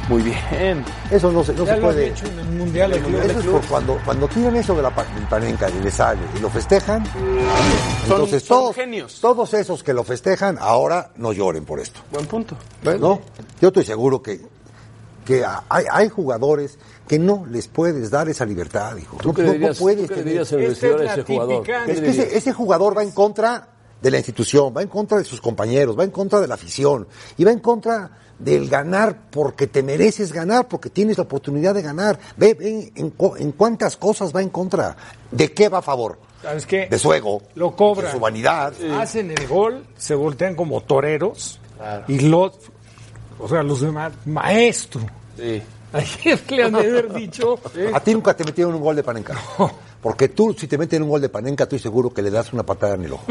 A: Muy bien.
G: eso no se, no
A: Ya
G: se
A: lo han
G: puede.
A: hecho en el Mundial de
G: Eso
A: Clubes.
G: es por cuando, cuando tiran eso de la pa- del panenca y le sale y lo festejan. Entonces
A: son
G: todos,
A: genios.
G: todos esos que lo festejan ahora no lloren por esto.
A: Buen punto.
G: ¿No? Yo estoy seguro que, que a- hay, hay jugadores que no les puedes dar esa libertad, hijo.
E: ¿Tú
G: no,
E: qué
G: no- no
E: dirías-
G: puedes
E: tú qué
G: tener-
E: dirías en el Esa es vestidor a la ese jugador? típica- ¿Qué
G: Es
E: le
G: que ese,
E: dirías?
G: ese jugador va en contra de la institución, va en contra de sus compañeros, va en contra de la afición y va en contra del ganar porque te mereces ganar, porque tienes la oportunidad de ganar. Ve, ve en, cu- en cuántas cosas va en contra. ¿De qué va a favor?
F: ¿Sabes qué?
G: De su ego,
F: Lo cobra.
G: de su vanidad.
F: Hacen el gol, se voltean como toreros. Y los, o sea, los demás, [laughs] maestro.
A: Sí.
F: Ayer le han de haber dicho. eh,
G: A ti nunca te metieron un gol de Panenka. Porque tú, si te meten un gol de Panenka, estoy seguro que le das una patada en el ojo.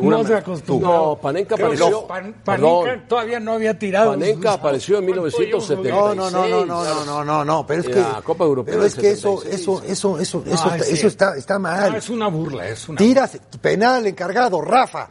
F: No se acostumbra.
E: No, Panenka apareció-
F: Panenka
E: Perdón.
F: todavía no había tirado.
E: Panenka apareció en 1976.
G: No, no, no, no, no, no, no, no, no, pero es
E: En
G: que.
E: la Copa Europea
G: Pero es
E: del
G: que eso, eso, eso, eso,
E: No,
G: eso,
E: es
G: está,
E: cierto.
G: eso está, está mal.
F: No, es una burla, es una.
G: Tiras penal encargado, Rafa.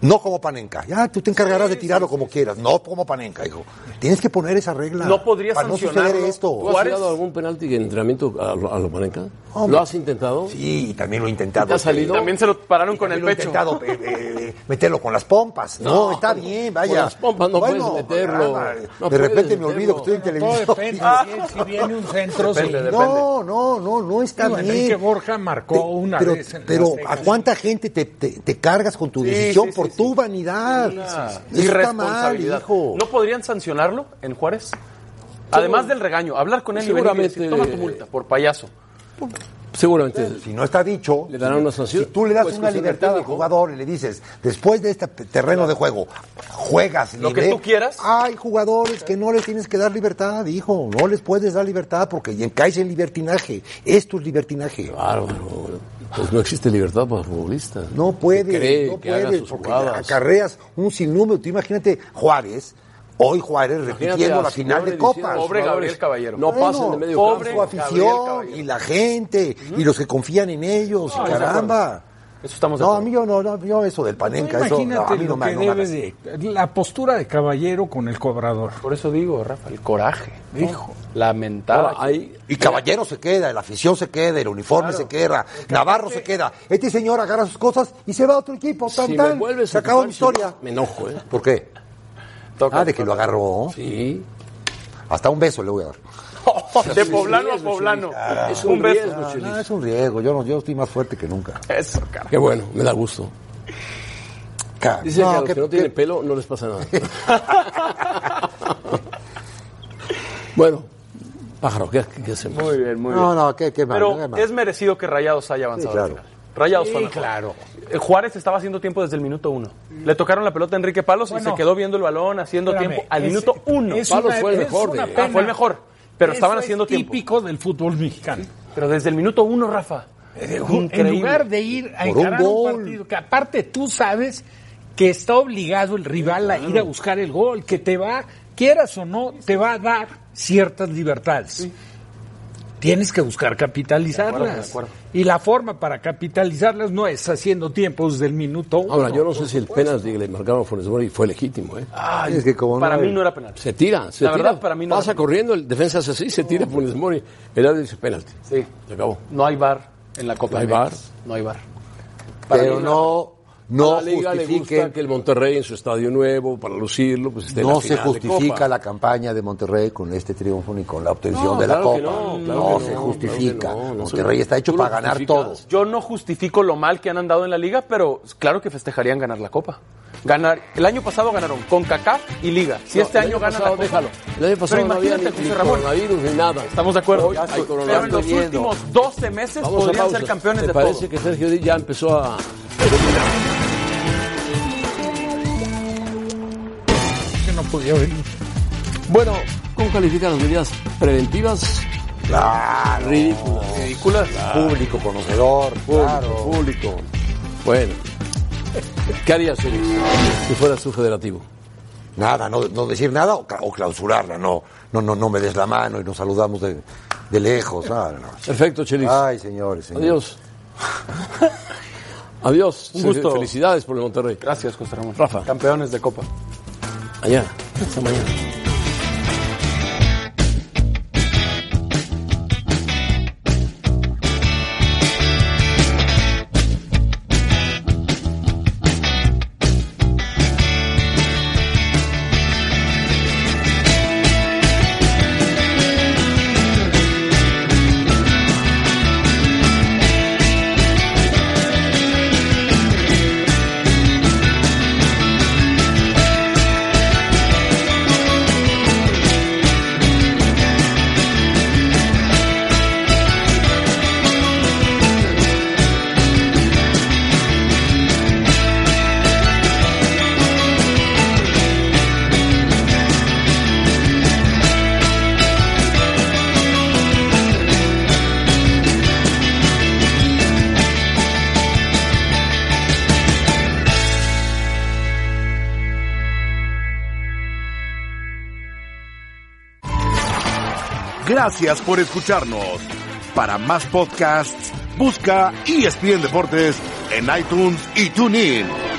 G: No como Panenka. Ya, tú te encargarás de tirarlo como quieras. No como Panenka, hijo. Tienes que poner esa regla.
E: No podría
G: para no suceder
E: sancionarlo.
G: esto.
E: ¿Tú has tirado algún penalti en entrenamiento a, lo- a los Panenka?
G: Hombre.
E: ¿Lo has intentado?
G: Sí, y también lo he intentado.
E: ¿Te ha salido?
A: También se lo pararon con el
G: También lo he
A: pecho.
G: intentado, eh, eh, eh, meterlo con las pompas. [laughs] No,
E: No,
G: está bien,
E: con
G: vaya.
E: las pompas no puedes meterlo.
G: caramba,
E: No
G: de
E: puedes
G: repente me
E: meterlo.
G: olvido que estoy en televisión.
F: Todo depende. si, si viene un centro,
G: Depende,
F: sí.
G: depende. No, no, no, no está
F: Digo,
G: bien.
F: Enrique Borja marcó una
G: pero,
F: vez. en el
G: pero
F: Azteca.
G: ¿a cuánta gente te, te- te cargas con tu
A: Sí,
G: decisión
A: sí, sí,
G: por tu vanidad? ah, Eso está mal,
A: Irresponsabilidad.
G: hijo.
A: ¿No podrían sancionarlo en Juárez? Además del regaño, hablar con él y venir y decir,
E: Seguramente-
A: toma tu multa por
E: [laughs]
A: payaso.
E: Seguramente.
G: Si no está dicho,
E: Le darán una sanción.
G: si tú le das
E: Pues,
G: una
E: sanción
G: libertad al jugador y le dices, después de este terreno de juego, juegas
A: Lo que
G: libre.
A: tú quieras.
G: Hay jugadores que no les tienes que dar libertad, hijo. No les puedes dar libertad porque ya caes en libertinaje. Esto es libertinaje.
E: Bárbaro. Pues no existe libertad para futbolistas.
G: No puedes,
E: Que cree,
G: no
E: que haga
G: puedes,
E: sus
G: porque
E: jugadas.
G: acarreas un sinnúmero. Tú imagínate Juárez, hoy Juárez repitiendo
E: a
G: la final
E: Simeone
G: de Copa.
E: diciendo, "Pobre Gabriel Caballero". No pasen de medio
G: pobre
E: campo.
G: su
E: Gabriel
G: afición y la gente y los que confían en ellos. y caramba.
A: Eso estamos
G: No, a mí yo no, no, yo eso del Panenca, eso no, a
F: Imagínate
G: mí no
F: lo
G: me
F: que
G: no me
F: debe
G: hagas.
F: de. La postura de caballero con el cobrador.
A: Por eso digo, Rafa, el coraje.
F: Hijo.
A: Lamentable.
G: Ahora, Y Caballero se queda, la afición se queda, el uniforme se queda, Navarro se queda. Este señor agarra sus cosas y se va a otro equipo. Tan,
E: Si me
G: tan,
E: vuelves
G: se
E: a
G: acabó
E: tocar,
G: mi historia.
E: Me enojo, ¿eh?
G: ¿Por qué? ah, de que lo agarró.
E: Sí.
G: Hasta un beso le voy a dar.
A: De poblano a poblano.
E: Ah, Es
A: un
E: un
A: beso.
E: riesgo, Chulita.
G: Ah, es un riesgo, yo, no, yo estoy más fuerte que nunca.
A: Eso, cara.
E: Qué bueno, me da gusto.
G: Ca-
E: Dicen que a los
G: qué-
E: que no
G: qué-
E: tienen pelo no les pasa
G: [laughs]
E: nada. [laughs] bueno, pájaro, ¿qué, qué hacemos?
A: Muy bien, muy
G: No,
A: bien.
G: no, qué, qué mal. qué
A: Pero
G: mal.
A: es merecido que Rayados haya avanzado.
G: Sí,
A: al
G: claro.
A: final. Rayados
F: Sí,
A: fue mejor.
F: claro.
A: Eh, Juárez estaba haciendo tiempo desde el minuto uno. Le tocaron la pelota a Enrique Palos y
F: Bueno.
A: se quedó viendo el balón haciendo
F: Espérame,
A: tiempo al
F: es-
A: minuto uno.
F: es
A: Palos
F: una-
A: fue el
F: es
A: mejor.
F: una
A: de-
F: pena.
A: fue el mejor. Pero
F: Eso
A: estaban
F: es
A: haciendo tiempo.
F: típico del fútbol mexicano. Eh,
A: Pero desde el minuto uno, Rafa.
F: En
A: Increíble.
F: lugar de ir a
A: Por un
F: encarar un,
A: gol.
F: partido, que aparte tú sabes que está obligado el rival a ir a buscar el gol, que te va, quieras o no, te va a dar ciertas libertades. Tienes que buscar capitalizarlas.
E: De acuerdo, de acuerdo.
F: Y la forma para capitalizarlas no es haciendo tiempos del minuto uno.
E: Ahora, yo no sé si el penal que le marcaron a Funes Mori fue legítimo, ¿eh?
A: Ay,
G: Es que como
A: para
E: no,
A: mí
E: el-
A: no era penal.
E: Se tira, se
A: La
E: tira.
A: verdad, para mí no
E: Pasa
A: era.
E: corriendo, el defensa hace así, se tira Funes Mori. El árbitro dice penalti.
A: Sí.
E: Se acabó.
A: No hay bar.
O: en la Copa
E: No hay
O: MX. No hay bar. Para
E: Pero
O: mí,
E: no, no
O: a la liga le
E: justifica
O: gusta
E: que el Monterrey en su estadio nuevo, para lucirlo, pues esté en la
G: No se
E: final de
G: justifica
E: Copa.
G: la campaña de Monterrey con este triunfo ni con la obtención
E: No,
G: de la
E: claro
G: Copa.
E: que
G: No,
E: no, claro que no,
G: se
E: claro
G: justifica.
E: que no, no se-
G: Monterrey está hecho
A: ¿Tú lo
G: para ganar
A: justificas?
G: todo.
A: Yo no justifico lo mal que han andado en la liga, pero claro que festejarían ganar la Copa. Ganar, el año pasado ganaron con Kaká y Liga. Si
E: No,
A: este
E: el
A: año
E: año
A: ganan
E: pasado,
A: la Copa,
E: déjalo. El año pasado
A: pero
E: no había ni-
A: imagínate,
E: ni
A: José Ramón,
E: coronavirus ni nada.
A: Estamos de acuerdo.
E: Hoy hay
A: Pero
E: coronavirus.
A: en los
E: Estoy viendo.
A: últimos 12 meses
E: Vamos a
A: podrían ser
E: pausa.
A: campeones
E: Me
A: de
E: parece
A: todo.
E: que Sergio Díaz ya empezó a...
F: Que no podía venir.
E: Bueno, ¿cómo califican las medidas preventivas?
G: Claro.
E: Ridículas.
A: Ridículas.
G: Público conocedor.
E: Público, público. Bueno, ¿qué harías, Félix, si fueras su federativo?
G: Nada, no, no decir nada o, ca- o clausurarla, no. No, no, no me des la mano y nos saludamos de, de lejos. nada, no.
E: Perfecto, Chelis.
G: Ay, señores, señores.
E: Adiós. Adiós.
A: Un gusto.
E: Felicidades por el Monterrey.
A: Gracias, José Ramón.
E: Rafa.
A: Campeones de Copa.
E: Allá. Hasta mañana.
P: Gracias por escucharnos. Para más podcasts, busca ESPN Deportes en iTunes y TuneIn.